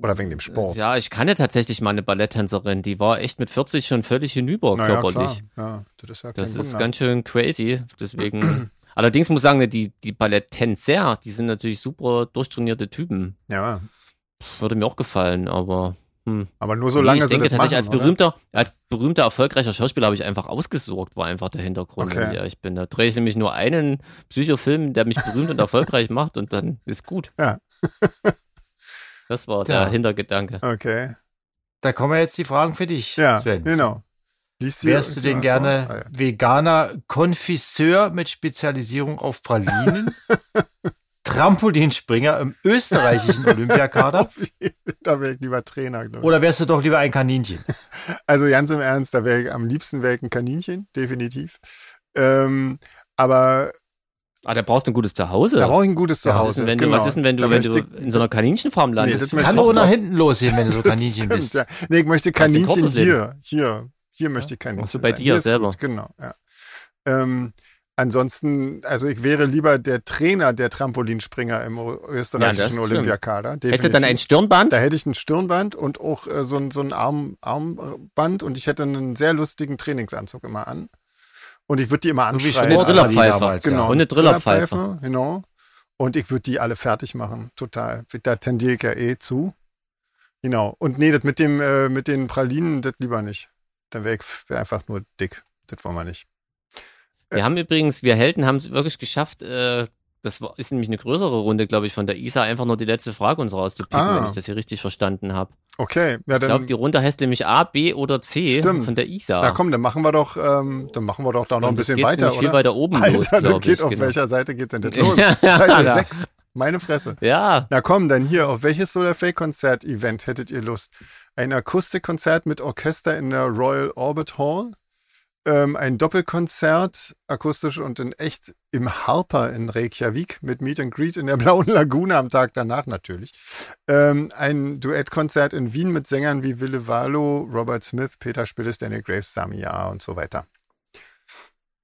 [SPEAKER 1] Oder wegen dem Sport?
[SPEAKER 2] Äh, ja, ich kannte tatsächlich mal eine Balletttänzerin, die war echt mit 40 schon völlig hinüber
[SPEAKER 1] naja,
[SPEAKER 2] körperlich.
[SPEAKER 1] klar. Ja, das ist ja kein
[SPEAKER 2] Das ist
[SPEAKER 1] Wunder.
[SPEAKER 2] ganz schön crazy, deswegen. Allerdings muss ich sagen, die, die Balletttänzer, die sind natürlich super durchtrainierte Typen.
[SPEAKER 1] ja,
[SPEAKER 2] Würde mir auch gefallen, aber Hm.
[SPEAKER 1] Aber nur so lange
[SPEAKER 2] ich denke
[SPEAKER 1] sie das machen,
[SPEAKER 2] tatsächlich, als
[SPEAKER 1] oder?
[SPEAKER 2] berühmter, als berühmter, erfolgreicher Schauspieler habe ich einfach ausgesorgt, war einfach der Hintergrund,
[SPEAKER 1] Okay.
[SPEAKER 2] wenn ich ehrlich bin. Da drehe ich nämlich nur einen Psychofilm, der mich berühmt und erfolgreich macht und dann ist gut.
[SPEAKER 1] Ja.
[SPEAKER 2] Das war
[SPEAKER 3] Ja.
[SPEAKER 2] der Hintergedanke.
[SPEAKER 1] Okay.
[SPEAKER 3] Da kommen ja jetzt die Fragen für dich,
[SPEAKER 1] Ja,
[SPEAKER 3] Sven.
[SPEAKER 1] genau. Liest sie-
[SPEAKER 3] Wärst du denn
[SPEAKER 1] Ja,
[SPEAKER 3] gerne
[SPEAKER 1] so. Ah, ja.
[SPEAKER 3] veganer Konfisseur mit Spezialisierung auf Pralinen? Trampolinspringer im österreichischen Olympiakader?
[SPEAKER 1] Da wäre ich lieber Trainer, glaube ich.
[SPEAKER 3] Oder wärst du doch lieber ein Kaninchen?
[SPEAKER 1] Also ganz im Ernst, da wäre ich am liebsten wäre ich ein Kaninchen, definitiv. Ähm, aber
[SPEAKER 2] Ah, da brauchst du ein gutes Zuhause.
[SPEAKER 1] da brauche ich ein gutes
[SPEAKER 2] Ja,
[SPEAKER 1] Zuhause.
[SPEAKER 2] Was ist denn, wenn
[SPEAKER 1] genau.
[SPEAKER 2] du, was ist denn, wenn
[SPEAKER 1] Da
[SPEAKER 2] du, wenn du
[SPEAKER 1] möchte ich-
[SPEAKER 2] in so einer Kaninchenfarm landest?
[SPEAKER 1] das möchte
[SPEAKER 3] Kann
[SPEAKER 1] ich
[SPEAKER 3] nur nach
[SPEAKER 2] Tochter-
[SPEAKER 3] hinten losgehen, wenn du so Kaninchen
[SPEAKER 1] Stimmt,
[SPEAKER 3] bist.
[SPEAKER 1] ja. Nee, ich möchte
[SPEAKER 2] Kannst du ein
[SPEAKER 1] Kaninchen
[SPEAKER 2] kurzes Leben.
[SPEAKER 1] hier, hier, hier möchte ich Kaninchen.
[SPEAKER 2] Also bei
[SPEAKER 1] sein.
[SPEAKER 2] dir
[SPEAKER 1] Hier ist
[SPEAKER 2] selber.
[SPEAKER 1] Gut, genau, ja. Ähm, ansonsten, also ich wäre lieber der Trainer der Trampolinspringer im o-
[SPEAKER 2] Ja, das
[SPEAKER 1] österreichischen
[SPEAKER 2] stimmt.
[SPEAKER 1] Olympiakader.
[SPEAKER 2] Hättest du dann ein
[SPEAKER 1] definitiv.
[SPEAKER 2] Stirnband?
[SPEAKER 1] Da hätte ich ein Stirnband und auch äh, so ein, so ein Arm, Armband und ich hätte einen sehr lustigen Trainingsanzug immer an. Und ich würde die immer
[SPEAKER 3] So wie
[SPEAKER 1] anschreien.
[SPEAKER 2] eine
[SPEAKER 3] Sport-
[SPEAKER 1] alle.
[SPEAKER 2] Drillerpfeife.
[SPEAKER 3] damals, ja.
[SPEAKER 1] Genau.
[SPEAKER 2] Und eine Drillerpfeife.
[SPEAKER 1] Genau. Und ich würde die alle fertig machen. Total. Da tendiere ich ja eh zu. Genau. Und nee, das mit dem, äh, mit den Pralinen, das lieber nicht. Dann wäre ich f- wär einfach nur dick. Das wollen wir nicht.
[SPEAKER 2] Wir haben übrigens, wir Helden haben es wirklich geschafft, äh, das war, ist nämlich eine größere Runde, glaube ich, von der ISA, einfach nur die letzte Frage uns rauszupicken,
[SPEAKER 1] Ah.
[SPEAKER 2] wenn ich das hier richtig verstanden habe.
[SPEAKER 1] Okay, ja,
[SPEAKER 2] Ich glaube,
[SPEAKER 1] dann.
[SPEAKER 2] die Runde heißt nämlich A, B oder C
[SPEAKER 1] Stimmt.
[SPEAKER 2] von der ISA.
[SPEAKER 1] Na komm, dann machen wir doch, ähm, dann machen wir doch da noch ein
[SPEAKER 2] Und das
[SPEAKER 1] bisschen
[SPEAKER 2] geht
[SPEAKER 1] weiter,
[SPEAKER 2] nämlich viel
[SPEAKER 1] oder?
[SPEAKER 2] weiter oben los,
[SPEAKER 1] Alter, das
[SPEAKER 2] glaube
[SPEAKER 1] geht
[SPEAKER 2] ich.
[SPEAKER 1] auf
[SPEAKER 2] genau.
[SPEAKER 1] welcher Seite geht denn das los?
[SPEAKER 2] Ja,
[SPEAKER 1] Seite
[SPEAKER 2] ja.
[SPEAKER 1] 6. Meine Fresse.
[SPEAKER 2] Ja,
[SPEAKER 1] Na komm, dann hier, auf welches Solar Fake Konzert Event hättet ihr Lust? Ein Akustikkonzert mit Orchester in der Royal Orbit Hall? Ähm, ein Doppelkonzert, akustisch und in echt, im Harper in Reykjavik mit Meet and Greet in der Blauen Lagune am Tag danach natürlich. Ähm, ein Duettkonzert in Wien mit Sängern wie Wille Valo, Robert Smith, Peter Spillis, Daniel Graves, Sami Ja und so weiter.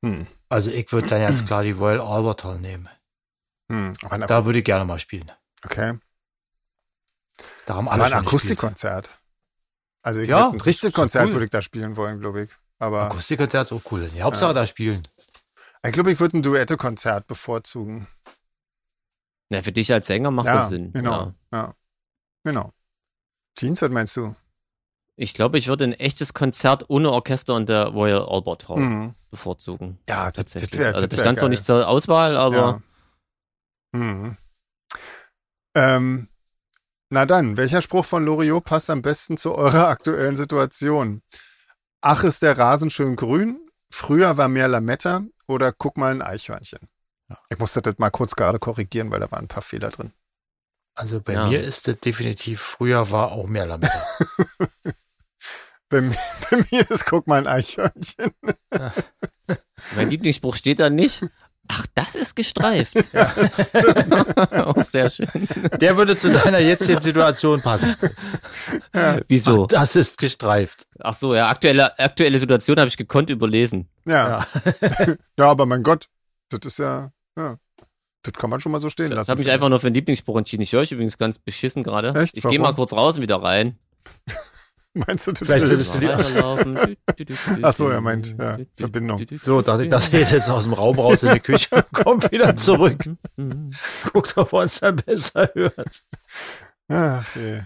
[SPEAKER 1] Hm.
[SPEAKER 3] Also ich würde dann ganz klar die Royal Albert Hall nehmen.
[SPEAKER 1] Hm. Aber ein,
[SPEAKER 3] Da würde ich gerne mal spielen.
[SPEAKER 1] okay.
[SPEAKER 3] Da haben alle
[SPEAKER 1] Aber ein
[SPEAKER 3] schon gespielt.
[SPEAKER 1] Akustikkonzert. Also ich
[SPEAKER 3] Ja,
[SPEAKER 1] hätte ein
[SPEAKER 3] das
[SPEAKER 1] richtiges
[SPEAKER 3] ist so
[SPEAKER 1] Konzert
[SPEAKER 3] cool.
[SPEAKER 1] würde ich da spielen wollen, glaube ich. Aber
[SPEAKER 3] Akustikkonzert ist auch cool. Die Hauptsache da spielen.
[SPEAKER 1] ich glaube, ich würde ein Duette-Konzert bevorzugen.
[SPEAKER 2] Na, für dich als Sänger macht
[SPEAKER 1] ja,
[SPEAKER 2] das Sinn.
[SPEAKER 1] Genau.
[SPEAKER 2] Ja.
[SPEAKER 1] Ja. Genau. Jeans, was meinst du?
[SPEAKER 2] Ich glaube, ich würde ein echtes Konzert ohne Orchester und der Royal Albert Hall
[SPEAKER 1] Mhm.
[SPEAKER 2] bevorzugen.
[SPEAKER 1] Ja, das, das
[SPEAKER 2] Tatsächlich.
[SPEAKER 1] wäre
[SPEAKER 2] also
[SPEAKER 1] das
[SPEAKER 2] das
[SPEAKER 1] wär
[SPEAKER 2] stand zwar
[SPEAKER 1] geil.
[SPEAKER 2] nicht zur Auswahl, aber
[SPEAKER 1] Ja. Mhm. Ähm, na dann, welcher Spruch von Loriot passt am besten zu eurer aktuellen Situation? Ach, ist der Rasen schön grün? Früher war mehr Lametta oder guck mal ein Eichhörnchen. Ich musste das mal kurz gerade korrigieren, weil da waren ein paar Fehler drin.
[SPEAKER 3] Also bei
[SPEAKER 2] Ja.
[SPEAKER 3] mir ist das definitiv, früher war auch mehr Lametta.
[SPEAKER 1] Bei mir, bei mir ist guck mal ein Eichhörnchen.
[SPEAKER 2] mein Lieblingsspruch steht da nicht. Ach, das ist gestreift. Auch sehr schön.
[SPEAKER 3] Der würde zu deiner jetzigen Situation passen.
[SPEAKER 2] Wieso?
[SPEAKER 3] Das ist gestreift.
[SPEAKER 2] Ach so, ja, aktuelle, aktuelle Situation habe ich gekonnt überlesen.
[SPEAKER 1] Ja. ja. aber mein Gott, das ist ja, ja. Das kann man schon mal so stehen
[SPEAKER 2] Ich
[SPEAKER 1] lassen.
[SPEAKER 2] habe mich einfach nur für den Lieblingsspruch entschieden. Ich höre euch übrigens ganz beschissen gerade.
[SPEAKER 1] Echt?
[SPEAKER 2] Ich gehe mal
[SPEAKER 1] Warum?
[SPEAKER 2] kurz raus und wieder rein.
[SPEAKER 1] Meinst du, das
[SPEAKER 3] Vielleicht
[SPEAKER 1] ist-
[SPEAKER 3] würdest du die-
[SPEAKER 2] Weiterlaufen.
[SPEAKER 1] Ach so, er meint, ja, Verbindung.
[SPEAKER 3] So, dachte ich, das geht jetzt aus dem Raum raus in die Küche und kommt wieder zurück. Guckt, ob er uns dann besser hört.
[SPEAKER 1] Ach, je.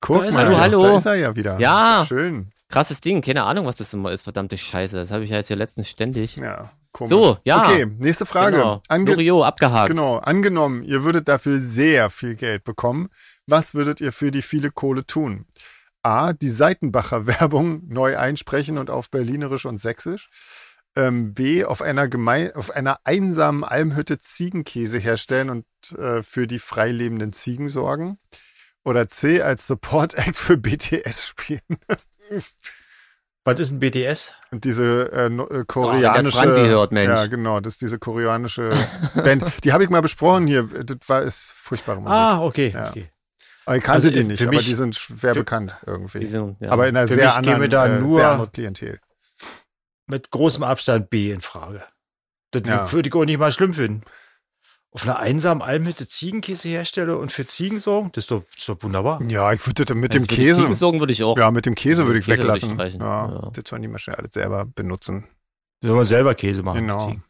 [SPEAKER 1] Guck
[SPEAKER 3] Da ist
[SPEAKER 1] mal,
[SPEAKER 3] er.
[SPEAKER 2] Hallo,
[SPEAKER 1] da
[SPEAKER 2] hallo.
[SPEAKER 1] ist er ja wieder.
[SPEAKER 2] Ja.
[SPEAKER 1] Schön.
[SPEAKER 2] Krasses Ding, keine Ahnung, was das immer ist. Verdammte Scheiße. Das habe ich ja jetzt hier letztens ständig.
[SPEAKER 1] Ja, komisch.
[SPEAKER 2] So, ja.
[SPEAKER 1] Okay, nächste Frage.
[SPEAKER 2] Genau.
[SPEAKER 1] Ange
[SPEAKER 2] Loriot, abgehakt.
[SPEAKER 1] genau, angenommen, ihr würdet dafür sehr viel Geld bekommen. Was würdet ihr für die viele Kohle tun? A, die Seitenbacher Werbung neu einsprechen und auf Berlinerisch und Sächsisch. Ähm, B, auf einer, gemei- auf einer einsamen Almhütte Ziegenkäse herstellen und äh, für die freilebenden Ziegen sorgen. Oder C, als Support-Act für BTS spielen.
[SPEAKER 3] Was ist ein BTS?
[SPEAKER 1] Und diese äh, no- äh,
[SPEAKER 2] Oh, wenn das
[SPEAKER 1] koreanische.
[SPEAKER 2] Franzi hört, Mensch.
[SPEAKER 1] Ja, genau, das ist diese koreanische Band. Die habe ich mal besprochen hier. Das war ist furchtbare Musik.
[SPEAKER 3] Ah, okay.
[SPEAKER 1] Ja.
[SPEAKER 3] okay.
[SPEAKER 1] aber ich kannte
[SPEAKER 3] also,
[SPEAKER 1] die
[SPEAKER 3] äh,
[SPEAKER 1] nicht,
[SPEAKER 3] für
[SPEAKER 1] aber
[SPEAKER 3] mich-
[SPEAKER 1] die sind schwer bekannt
[SPEAKER 2] Die
[SPEAKER 1] irgendwie.
[SPEAKER 2] sind- ja.
[SPEAKER 1] Aber in einer
[SPEAKER 3] Für
[SPEAKER 1] sehr
[SPEAKER 3] mich käme
[SPEAKER 1] anderen,
[SPEAKER 3] da
[SPEAKER 1] äh,
[SPEAKER 3] nur-
[SPEAKER 1] sehr anderen Klientel.
[SPEAKER 3] Mit großem Abstand B in Frage. Das
[SPEAKER 1] Ja.
[SPEAKER 3] würde ich auch nicht mal schlimm finden. Auf einer einsamen Almhütte Ziegenkäse herstelle und für Ziegen sorgen, das ist doch, das ist doch wunderbar.
[SPEAKER 1] Ja, ich würde das mit
[SPEAKER 2] Also
[SPEAKER 1] dem
[SPEAKER 2] für die
[SPEAKER 1] Käse.
[SPEAKER 2] Ziegen sorgen würde ich auch.
[SPEAKER 1] Ja, mit dem Käse würde ich
[SPEAKER 2] Käse würde ich
[SPEAKER 1] weglassen.
[SPEAKER 2] streichen,
[SPEAKER 1] ja,
[SPEAKER 2] ja.
[SPEAKER 1] Das sollen die mal schnell alles selber benutzen.
[SPEAKER 3] Sollen wir selber Käse machen?
[SPEAKER 1] Genau.
[SPEAKER 3] für Ziegen.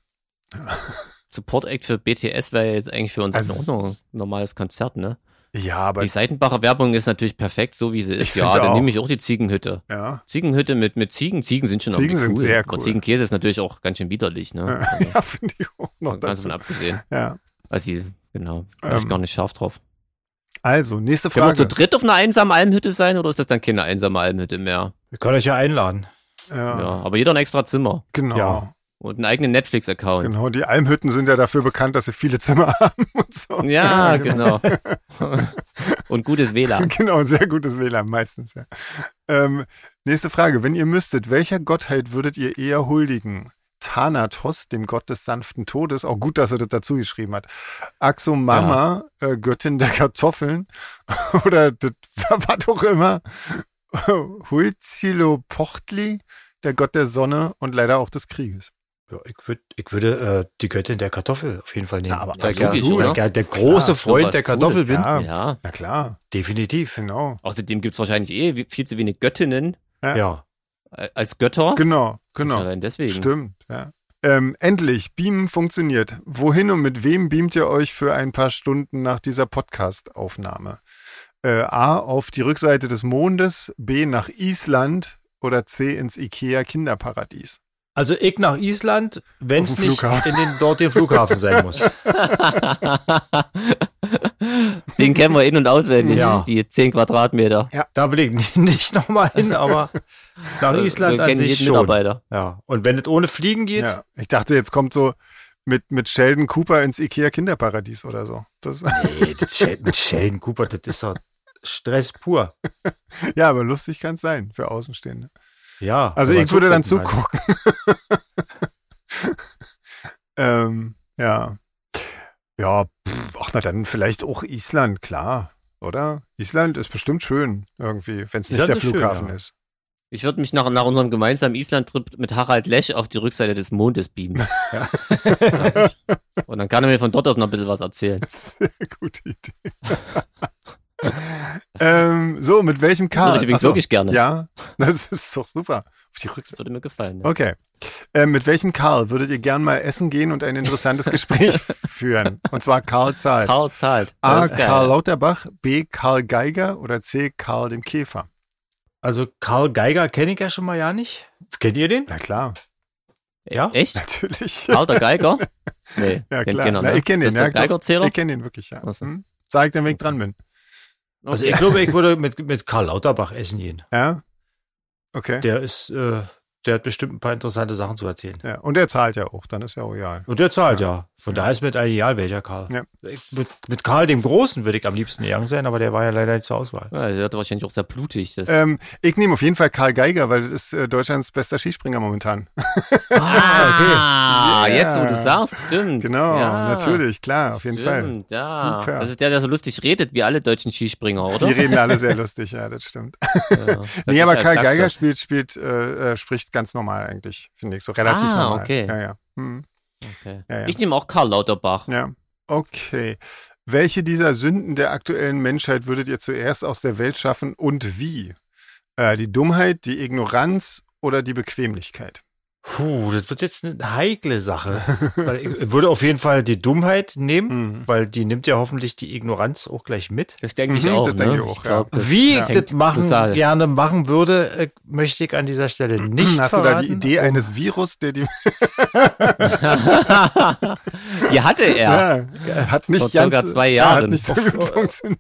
[SPEAKER 2] Support Act für BTS wäre ja jetzt eigentlich für uns
[SPEAKER 1] Also-
[SPEAKER 2] auch noch ein normales Konzert, ne?
[SPEAKER 1] Ja, aber
[SPEAKER 2] Die Seitenbacher Werbung ist natürlich perfekt, so wie sie ist.
[SPEAKER 1] Ich
[SPEAKER 2] Ja,
[SPEAKER 1] finde
[SPEAKER 2] dann
[SPEAKER 1] auch.
[SPEAKER 2] nehme ich auch die Ziegenhütte.
[SPEAKER 1] ja.
[SPEAKER 2] Ziegenhütte mit, mit Ziegen. Ziegen sind schon
[SPEAKER 1] Ziegen
[SPEAKER 2] irgendwie
[SPEAKER 1] sind
[SPEAKER 2] cool.
[SPEAKER 1] sehr cool.
[SPEAKER 2] Aber Ziegenkäse ist natürlich auch ganz schön widerlich, ne?
[SPEAKER 1] Ja, finde ich auch noch
[SPEAKER 2] Ganz davon
[SPEAKER 1] dazu.
[SPEAKER 2] abgesehen.
[SPEAKER 1] Ja.
[SPEAKER 2] Also, genau. Bin ich
[SPEAKER 1] Ähm,
[SPEAKER 2] gar nicht scharf drauf.
[SPEAKER 1] Also, nächste
[SPEAKER 2] Können wir zu
[SPEAKER 1] Frage.
[SPEAKER 2] dritt auf einer einsamen Almhütte sein oder ist das dann keine einsame Almhütte mehr?
[SPEAKER 3] Wir können euch ja einladen.
[SPEAKER 1] Ja,
[SPEAKER 2] Ja, aber jeder ein extra Zimmer
[SPEAKER 1] Genau.
[SPEAKER 3] Ja.
[SPEAKER 2] und einen eigenen Netflix-Account.
[SPEAKER 1] Genau, die Almhütten sind ja dafür bekannt, dass sie viele Zimmer haben und so.
[SPEAKER 2] Ja, genau. und gutes WLAN.
[SPEAKER 1] Genau, sehr gutes WLAN meistens, ja. Ähm, nächste Frage. Wenn ihr müsstet, welcher Gottheit würdet ihr eher huldigen? Thanatos, dem Gott des sanften Todes, auch gut, dass er das dazu geschrieben hat. Axomama, äh, Göttin der Kartoffeln oder das, was auch immer. Huitzilopochtli, der Gott der Sonne und leider auch des Krieges.
[SPEAKER 3] Ja, ich, würd, ich würde äh, die Göttin der Kartoffel auf jeden Fall nehmen.
[SPEAKER 1] Ja, aber
[SPEAKER 3] da ich
[SPEAKER 2] logisch,
[SPEAKER 3] ja,
[SPEAKER 2] oder?
[SPEAKER 3] da ich ja der große
[SPEAKER 1] Klar,
[SPEAKER 3] Freund
[SPEAKER 2] sowas
[SPEAKER 3] der
[SPEAKER 2] Cooles,
[SPEAKER 3] Kartoffel bin.
[SPEAKER 1] Ja,
[SPEAKER 2] Ja.
[SPEAKER 1] na klar,
[SPEAKER 3] Definitiv.
[SPEAKER 1] genau.
[SPEAKER 2] Außerdem gibt es wahrscheinlich eh wie- viel zu wenig Göttinnen
[SPEAKER 1] Ja.
[SPEAKER 3] Ja.
[SPEAKER 2] äh, als Götter.
[SPEAKER 1] Genau, genau.
[SPEAKER 2] Allein deswegen.
[SPEAKER 1] Stimmt, ja. Ähm, endlich, Beamen funktioniert. Wohin und mit wem beamt ihr euch für ein paar Stunden nach dieser Podcast-Aufnahme? Äh, A, auf die Rückseite des Mondes, B, nach Island oder C, ins Ikea-Kinderparadies.
[SPEAKER 3] Also ich nach Island, wenn
[SPEAKER 1] Auf
[SPEAKER 3] es
[SPEAKER 1] dem
[SPEAKER 3] nicht
[SPEAKER 1] Flughafen.
[SPEAKER 3] in den dortigen Flughafen sein muss.
[SPEAKER 2] Den kennen wir in- und auswendig,
[SPEAKER 3] Ja.
[SPEAKER 2] die 10 Quadratmeter.
[SPEAKER 3] Da will ich nicht nochmal hin, aber nach
[SPEAKER 2] Äh,
[SPEAKER 3] Island
[SPEAKER 2] wir
[SPEAKER 3] an
[SPEAKER 2] kennen
[SPEAKER 3] sich
[SPEAKER 2] jeden
[SPEAKER 3] schon.
[SPEAKER 2] Mitarbeiter.
[SPEAKER 3] Ja. Und wenn es ohne Fliegen geht,
[SPEAKER 1] Ja, ich dachte, jetzt kommt so mit, mit Sheldon Cooper ins Ikea-Kinderparadies oder so. Das,
[SPEAKER 3] nee, das Shel- mit Sheldon Cooper, das ist doch Stress pur.
[SPEAKER 1] ja, aber lustig kann es sein für Außenstehende.
[SPEAKER 3] Ja.
[SPEAKER 1] Also
[SPEAKER 3] wenn man
[SPEAKER 1] ich würde dann
[SPEAKER 3] zugucken kann.
[SPEAKER 1] zugucken.
[SPEAKER 2] halt.
[SPEAKER 1] ähm, ja. Ja, pff, ach na dann vielleicht auch Island, klar, oder? Island ist bestimmt schön irgendwie, wenn es nicht
[SPEAKER 3] Island
[SPEAKER 1] der
[SPEAKER 3] ist schön,
[SPEAKER 1] Flughafen
[SPEAKER 3] ja.
[SPEAKER 1] ist.
[SPEAKER 2] Ich würde mich nach, nach unserem gemeinsamen Island-Trip mit Harald Lesch auf die Rückseite des Mondes beamen. Ja. Und dann kann er mir von dort aus noch ein bisschen was erzählen.
[SPEAKER 1] Sehr gute Idee. ähm, so, mit welchem
[SPEAKER 2] Das
[SPEAKER 1] K?
[SPEAKER 2] würde ich übrigens
[SPEAKER 1] Ach so,
[SPEAKER 2] wirklich gerne.
[SPEAKER 1] Ja, das ist doch super. Auf die Rückseite.
[SPEAKER 2] Das würde mir gefallen. Ja.
[SPEAKER 1] Okay. Ähm, mit welchem Karl würdet ihr gern mal essen gehen und ein interessantes Gespräch führen? Und zwar Karl Zahlt.
[SPEAKER 2] Karl zahlt.
[SPEAKER 1] A.
[SPEAKER 2] Das ist geil.
[SPEAKER 1] Ah, Karl Lauterbach, B. Karl Geiger oder C. Karl dem Käfer.
[SPEAKER 3] Also Karl Geiger kenne ich ja schon mal ja nicht. Kennt ihr den?
[SPEAKER 1] Na klar,
[SPEAKER 3] Ja.
[SPEAKER 2] Echt?
[SPEAKER 1] natürlich.
[SPEAKER 2] Karl der Geiger? Nee,
[SPEAKER 1] Ja,
[SPEAKER 2] kennt
[SPEAKER 1] klar.
[SPEAKER 2] keiner,
[SPEAKER 1] Na,
[SPEAKER 2] ne?
[SPEAKER 1] ich kenn
[SPEAKER 2] Ist
[SPEAKER 1] den,
[SPEAKER 2] das
[SPEAKER 1] ja,
[SPEAKER 2] der
[SPEAKER 1] doch.
[SPEAKER 2] Geigerzähler?
[SPEAKER 1] Ich kenne ihn wirklich, ja.
[SPEAKER 2] Ach so.
[SPEAKER 1] Hm? Sag ich dann, wenn ich dran bin.
[SPEAKER 3] Also
[SPEAKER 2] Okay.
[SPEAKER 3] ich glaube, ich würde mit, mit Karl Lauterbach essen gehen.
[SPEAKER 1] Ja? Okay.
[SPEAKER 3] Der ist, äh, der hat bestimmt ein paar interessante Sachen zu erzählen.
[SPEAKER 1] Ja. Und er zahlt ja auch, dann ist ja auch egal.
[SPEAKER 3] Und der zahlt ja. Von daher ist mir eigentlich egal, welcher Karl.
[SPEAKER 1] Ja.
[SPEAKER 3] Ich, mit, mit Karl dem Großen würde ich am liebsten gegangen sein, aber der war ja leider nicht zur Auswahl.
[SPEAKER 2] Ja, der hat wahrscheinlich auch sehr blutig. Das.
[SPEAKER 1] Ähm, ich nehme auf jeden Fall Karl Geiger, weil das ist äh, Deutschlands bester Skispringer momentan.
[SPEAKER 2] ah,
[SPEAKER 1] Ah, okay.
[SPEAKER 2] jetzt, wo
[SPEAKER 1] Ja.
[SPEAKER 2] du sagst, stimmt.
[SPEAKER 1] Genau,
[SPEAKER 2] ja,
[SPEAKER 1] natürlich, klar, auf jeden Fall.
[SPEAKER 2] Stimmt, ja.
[SPEAKER 1] Super.
[SPEAKER 2] Das ist der, der so lustig redet, wie alle deutschen Skispringer, oder?
[SPEAKER 1] Die reden alle sehr lustig, ja, das stimmt.
[SPEAKER 2] Ja.
[SPEAKER 1] nee, aber Karl
[SPEAKER 2] Sag ich halt, als
[SPEAKER 1] Geiger
[SPEAKER 2] Sachse.
[SPEAKER 1] spielt, spielt, äh, äh, spricht ganz normal eigentlich, finde ich, so relativ
[SPEAKER 2] Ah,
[SPEAKER 1] normal.
[SPEAKER 2] okay.
[SPEAKER 1] Ja, ja. Hm.
[SPEAKER 2] Okay.
[SPEAKER 1] Ja, ja.
[SPEAKER 2] Ich nehme auch Karl Lauterbach.
[SPEAKER 1] Ja, okay. Welche dieser Sünden der aktuellen Menschheit würdet ihr zuerst aus der Welt schaffen und wie? Äh, die Dummheit, die Ignoranz oder die Bequemlichkeit?
[SPEAKER 3] Puh, das wird jetzt eine heikle Sache. weil ich würde auf jeden Fall die Dummheit nehmen,
[SPEAKER 1] Mhm.
[SPEAKER 3] weil die nimmt ja hoffentlich die Ignoranz auch gleich mit.
[SPEAKER 2] Das denke ich
[SPEAKER 1] Mhm,
[SPEAKER 2] auch.
[SPEAKER 1] das
[SPEAKER 2] ne?
[SPEAKER 1] denke ich auch,
[SPEAKER 2] glaub, das
[SPEAKER 3] Wie
[SPEAKER 1] ja.
[SPEAKER 3] ich das
[SPEAKER 2] hängt
[SPEAKER 3] machen,
[SPEAKER 2] zusammen.
[SPEAKER 3] gerne machen würde, äh, möchte ich an dieser Stelle nicht
[SPEAKER 1] Hast
[SPEAKER 3] verraten.
[SPEAKER 1] du da die Idee eines Virus, der die
[SPEAKER 2] Die hatte er.
[SPEAKER 1] ja, hat nicht
[SPEAKER 2] Vor
[SPEAKER 1] ganz,
[SPEAKER 2] circa zwei
[SPEAKER 1] ja,
[SPEAKER 2] Jahren.
[SPEAKER 1] hat nicht so gut funktioniert.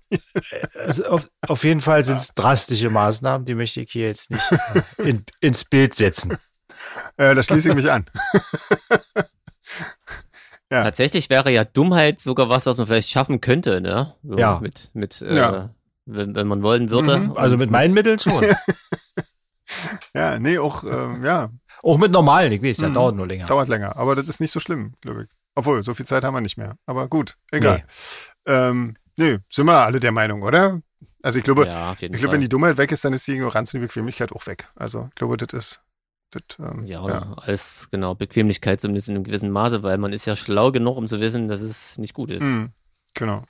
[SPEAKER 3] Also auf, auf jeden Fall sind es drastische Maßnahmen, die möchte ich hier jetzt nicht äh, in, ins Bild setzen.
[SPEAKER 1] Äh, da schließe ich mich an. Ja.
[SPEAKER 2] Tatsächlich wäre ja Dummheit sogar was, was man vielleicht schaffen könnte, ne? So
[SPEAKER 3] Ja.
[SPEAKER 2] Mit, mit, äh,
[SPEAKER 1] Ja.
[SPEAKER 2] wenn, wenn man wollen würde.
[SPEAKER 1] Mhm,
[SPEAKER 3] Also mit meinen Mitteln schon.
[SPEAKER 1] Ja, nee, auch ähm, ja,
[SPEAKER 3] Auch mit normalen, ich weiß,
[SPEAKER 2] Mhm.
[SPEAKER 3] ja, dauert nur länger.
[SPEAKER 1] dauert länger, aber das ist nicht so schlimm, glaube ich. Obwohl, so viel Zeit haben wir nicht mehr. Aber gut, egal. Ähm, nee, sind wir alle der Meinung, oder? Also ich glaube,
[SPEAKER 2] ja, auf jeden
[SPEAKER 1] Ich glaube, wenn die Dummheit weg ist, dann ist die Ignoranz und die Bequemlichkeit auch weg. Also, ich glaube, das ist. Das, ähm,
[SPEAKER 2] Ja,
[SPEAKER 1] ja,
[SPEAKER 2] alles genau, Bequemlichkeit zumindest in einem gewissen Maße, weil man ist ja schlau genug, um zu wissen, dass es nicht gut ist.
[SPEAKER 1] Hm, genau.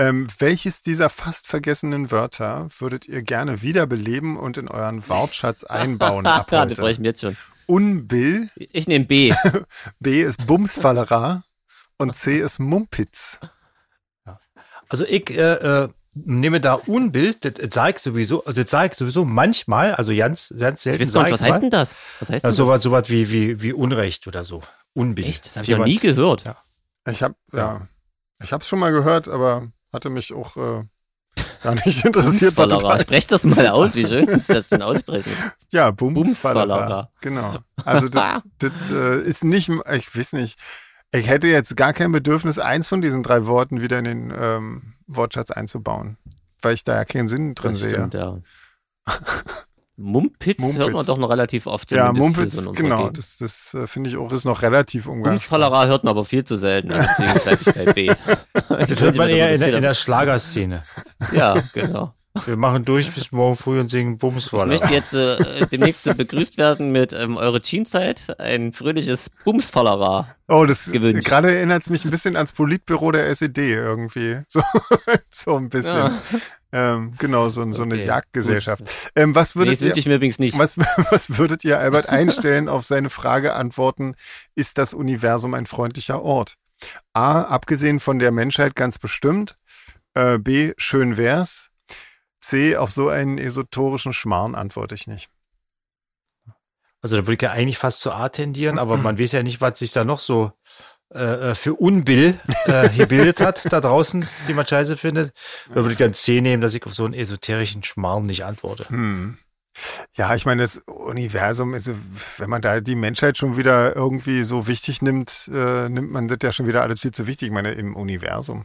[SPEAKER 1] Ähm, welches dieser fast vergessenen Wörter würdet ihr gerne wiederbeleben und in euren Wortschatz einbauen?
[SPEAKER 2] Ah,
[SPEAKER 1] ab
[SPEAKER 2] das freue ich
[SPEAKER 1] heute?
[SPEAKER 2] mich jetzt schon.
[SPEAKER 1] Unbill,
[SPEAKER 2] Ich nehme B.
[SPEAKER 1] B ist Bumsfallera und C ist Mumpitz.
[SPEAKER 3] Also ich äh, äh, nehme da Unbild, das sage ich sowieso, also das sage ich sowieso manchmal, also ganz, ganz
[SPEAKER 2] Ich
[SPEAKER 3] selten.
[SPEAKER 2] weiß gar nicht, was
[SPEAKER 3] sag ich
[SPEAKER 2] heißt
[SPEAKER 3] mal,
[SPEAKER 2] denn das? Was heißt denn
[SPEAKER 3] Also
[SPEAKER 2] das?
[SPEAKER 3] sowas, sowas wie, wie, wie Unrecht oder so. Unbild.
[SPEAKER 2] Echt? Das habe ich noch
[SPEAKER 3] Jemand-
[SPEAKER 2] nie gehört.
[SPEAKER 3] Ja.
[SPEAKER 1] Ich habe ja, ich habe es schon mal gehört, aber hatte mich auch äh, gar nicht interessiert, was das
[SPEAKER 2] Bumsverlager.
[SPEAKER 1] heißt.
[SPEAKER 2] Sprecht das mal aus, wie schön ist das denn aussprechen?
[SPEAKER 1] Ja, Bums
[SPEAKER 2] Bumsverlager.
[SPEAKER 1] Genau. Also das, das äh, ist nicht, ich weiß nicht, ich hätte jetzt gar kein Bedürfnis, eins von diesen drei Worten wieder in den ähm, Wortschatz einzubauen, weil ich da ja keinen Sinn drin
[SPEAKER 2] Das
[SPEAKER 1] sehe.
[SPEAKER 2] stimmt, ja. Mumpitz, hört
[SPEAKER 1] Mumpitz.
[SPEAKER 2] man doch noch relativ oft.
[SPEAKER 1] Ja,
[SPEAKER 2] zumindest hier
[SPEAKER 1] Mumpitz,
[SPEAKER 2] so in unserer
[SPEAKER 1] genau,
[SPEAKER 2] Gegend.
[SPEAKER 1] das, das äh, finde ich auch, ist noch relativ umgangssprachlich.
[SPEAKER 2] Bumsfallerei hört man aber viel zu selten. also Deswegen bleibe ich bei B.
[SPEAKER 3] Das hört man eher in der, in der Schlagerszene.
[SPEAKER 2] ja, genau.
[SPEAKER 3] Wir machen durch bis morgen früh und singen
[SPEAKER 2] Ich
[SPEAKER 3] Bumswaller.
[SPEAKER 2] möchte jetzt äh, demnächst begrüßt werden mit ähm, Eure Teamzeit. Ein fröhliches Bumsfallera.
[SPEAKER 1] Oh, das
[SPEAKER 2] gewünscht.
[SPEAKER 1] gerade erinnert es mich ein bisschen ans Politbüro der SED irgendwie. So, so ein bisschen.
[SPEAKER 2] Ja.
[SPEAKER 1] Ähm, genau, so, so eine
[SPEAKER 2] Okay,
[SPEAKER 1] Jagdgesellschaft. Ähm, was
[SPEAKER 2] Nee,
[SPEAKER 1] würdet
[SPEAKER 2] das wünsche
[SPEAKER 1] ihr,
[SPEAKER 2] ich mir übrigens nicht.
[SPEAKER 1] was, was würdet ihr Albert Einstellen auf seine Frage antworten, ist das Universum ein freundlicher Ort? A, abgesehen von der Menschheit ganz bestimmt. Äh, B, schön wär's. C, auf so einen esoterischen Schmarrn antworte ich nicht.
[SPEAKER 3] Also da würde ich ja eigentlich fast zu A tendieren, aber man weiß ja nicht, was sich da noch so äh, äh, für Unbill äh, gebildet hat da draußen, die man scheiße findet. Da würde ich ganz C nehmen, dass ich auf so einen esoterischen Schmarrn nicht antworte.
[SPEAKER 1] Hm. Ja, ich meine, das Universum, also wenn man da die Menschheit schon wieder irgendwie so wichtig nimmt, äh, nimmt man das ja schon wieder alles viel zu wichtig. Ich meine, im Universum.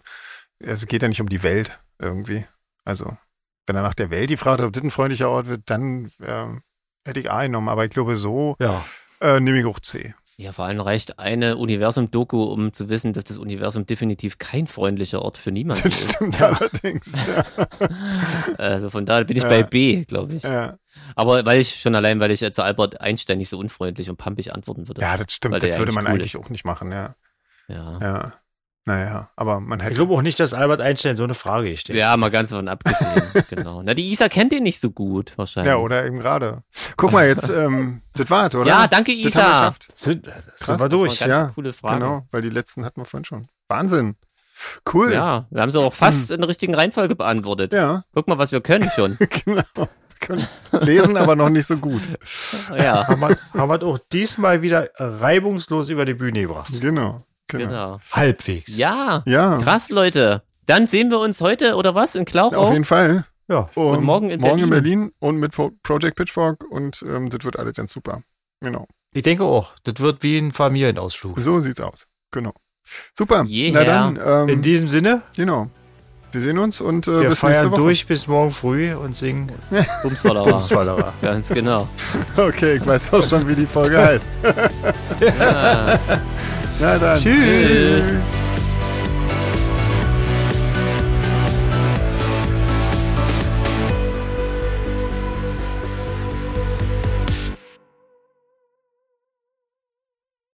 [SPEAKER 1] Es geht ja nicht um die Welt irgendwie. Also, wenn er nach der Welt die Frage hat, ob das ein freundlicher Ort wird, dann ähm, hätte ich A genommen. Aber ich glaube, so
[SPEAKER 3] Ja.
[SPEAKER 1] äh, nehme ich auch C.
[SPEAKER 2] Ja, vor allem reicht eine Universum-Doku, um zu wissen, dass das Universum definitiv kein freundlicher Ort für niemanden
[SPEAKER 1] Das
[SPEAKER 2] ist.
[SPEAKER 1] stimmt allerdings. Ja.
[SPEAKER 2] Also von daher bin ich
[SPEAKER 1] Ja.
[SPEAKER 2] bei B, glaube ich.
[SPEAKER 1] Ja.
[SPEAKER 2] Aber weil ich schon allein, weil ich äh, zu Albert Einstein nicht so unfreundlich und pampig antworten würde.
[SPEAKER 1] ja, das stimmt.
[SPEAKER 2] Weil der
[SPEAKER 1] Das
[SPEAKER 2] ja
[SPEAKER 1] würde
[SPEAKER 2] eigentlich
[SPEAKER 1] man
[SPEAKER 2] cool
[SPEAKER 1] eigentlich
[SPEAKER 2] ist.
[SPEAKER 1] auch nicht machen, ja.
[SPEAKER 2] Ja.
[SPEAKER 1] ja. Naja, aber man
[SPEAKER 3] Ich
[SPEAKER 1] hätte.
[SPEAKER 3] glaube auch nicht, dass Albert Einstein so eine Frage gestellt
[SPEAKER 2] Ja, mal ganz davon abgesehen. genau. Na, die Isa kennt den nicht so gut, wahrscheinlich.
[SPEAKER 1] Ja, oder eben gerade. Guck mal, jetzt, ähm, das war's, oder?
[SPEAKER 2] Ja, danke,
[SPEAKER 1] das haben wir
[SPEAKER 2] Isa.
[SPEAKER 1] geschafft.
[SPEAKER 3] hat. Sind, äh, sind
[SPEAKER 1] Krass,
[SPEAKER 3] wir
[SPEAKER 2] Das
[SPEAKER 3] durch.
[SPEAKER 2] waren ganz
[SPEAKER 1] ja,
[SPEAKER 2] coole Fragen.
[SPEAKER 1] Genau, weil die letzten hatten wir vorhin schon. Wahnsinn. Cool.
[SPEAKER 2] Ja, wir haben sie auch fast in der richtigen Reihenfolge beantwortet.
[SPEAKER 1] Ja,
[SPEAKER 2] Guck mal, was wir können schon.
[SPEAKER 1] genau. Wir können lesen, aber noch nicht so gut.
[SPEAKER 2] Ja,
[SPEAKER 3] Haben wir, haben wir auch diesmal wieder reibungslos über die Bühne gebracht.
[SPEAKER 1] Genau. genau.
[SPEAKER 2] genau.
[SPEAKER 3] Halbwegs.
[SPEAKER 2] Ja,
[SPEAKER 1] Ja,
[SPEAKER 2] krass, Leute. Dann sehen wir uns heute oder was in
[SPEAKER 1] auf
[SPEAKER 2] Klauchau.
[SPEAKER 1] jeden Fall.
[SPEAKER 3] Ja.
[SPEAKER 1] Und,
[SPEAKER 2] morgen in
[SPEAKER 1] morgen in
[SPEAKER 2] Berlin.
[SPEAKER 1] Berlin und mit Pro- Project Pitchfork und ähm, das wird alles dann super. Genau.
[SPEAKER 3] Ich denke auch, das wird wie ein Familienausflug.
[SPEAKER 1] So sieht's aus. Genau. Super.
[SPEAKER 2] Jeher.
[SPEAKER 1] Na dann,
[SPEAKER 3] In
[SPEAKER 1] ähm,
[SPEAKER 3] diesem Sinne,
[SPEAKER 1] genau. Wir sehen uns und äh,
[SPEAKER 3] wir
[SPEAKER 1] bis nächste
[SPEAKER 3] feiern
[SPEAKER 1] Woche.
[SPEAKER 3] durch bis morgen früh und singen
[SPEAKER 2] Bumsfallerer.
[SPEAKER 3] Bumsfallerer.
[SPEAKER 2] Ganz genau.
[SPEAKER 1] Okay, ich weiß auch schon, wie die Folge heißt. Na dann.
[SPEAKER 3] Tschüss.
[SPEAKER 2] Tschüss.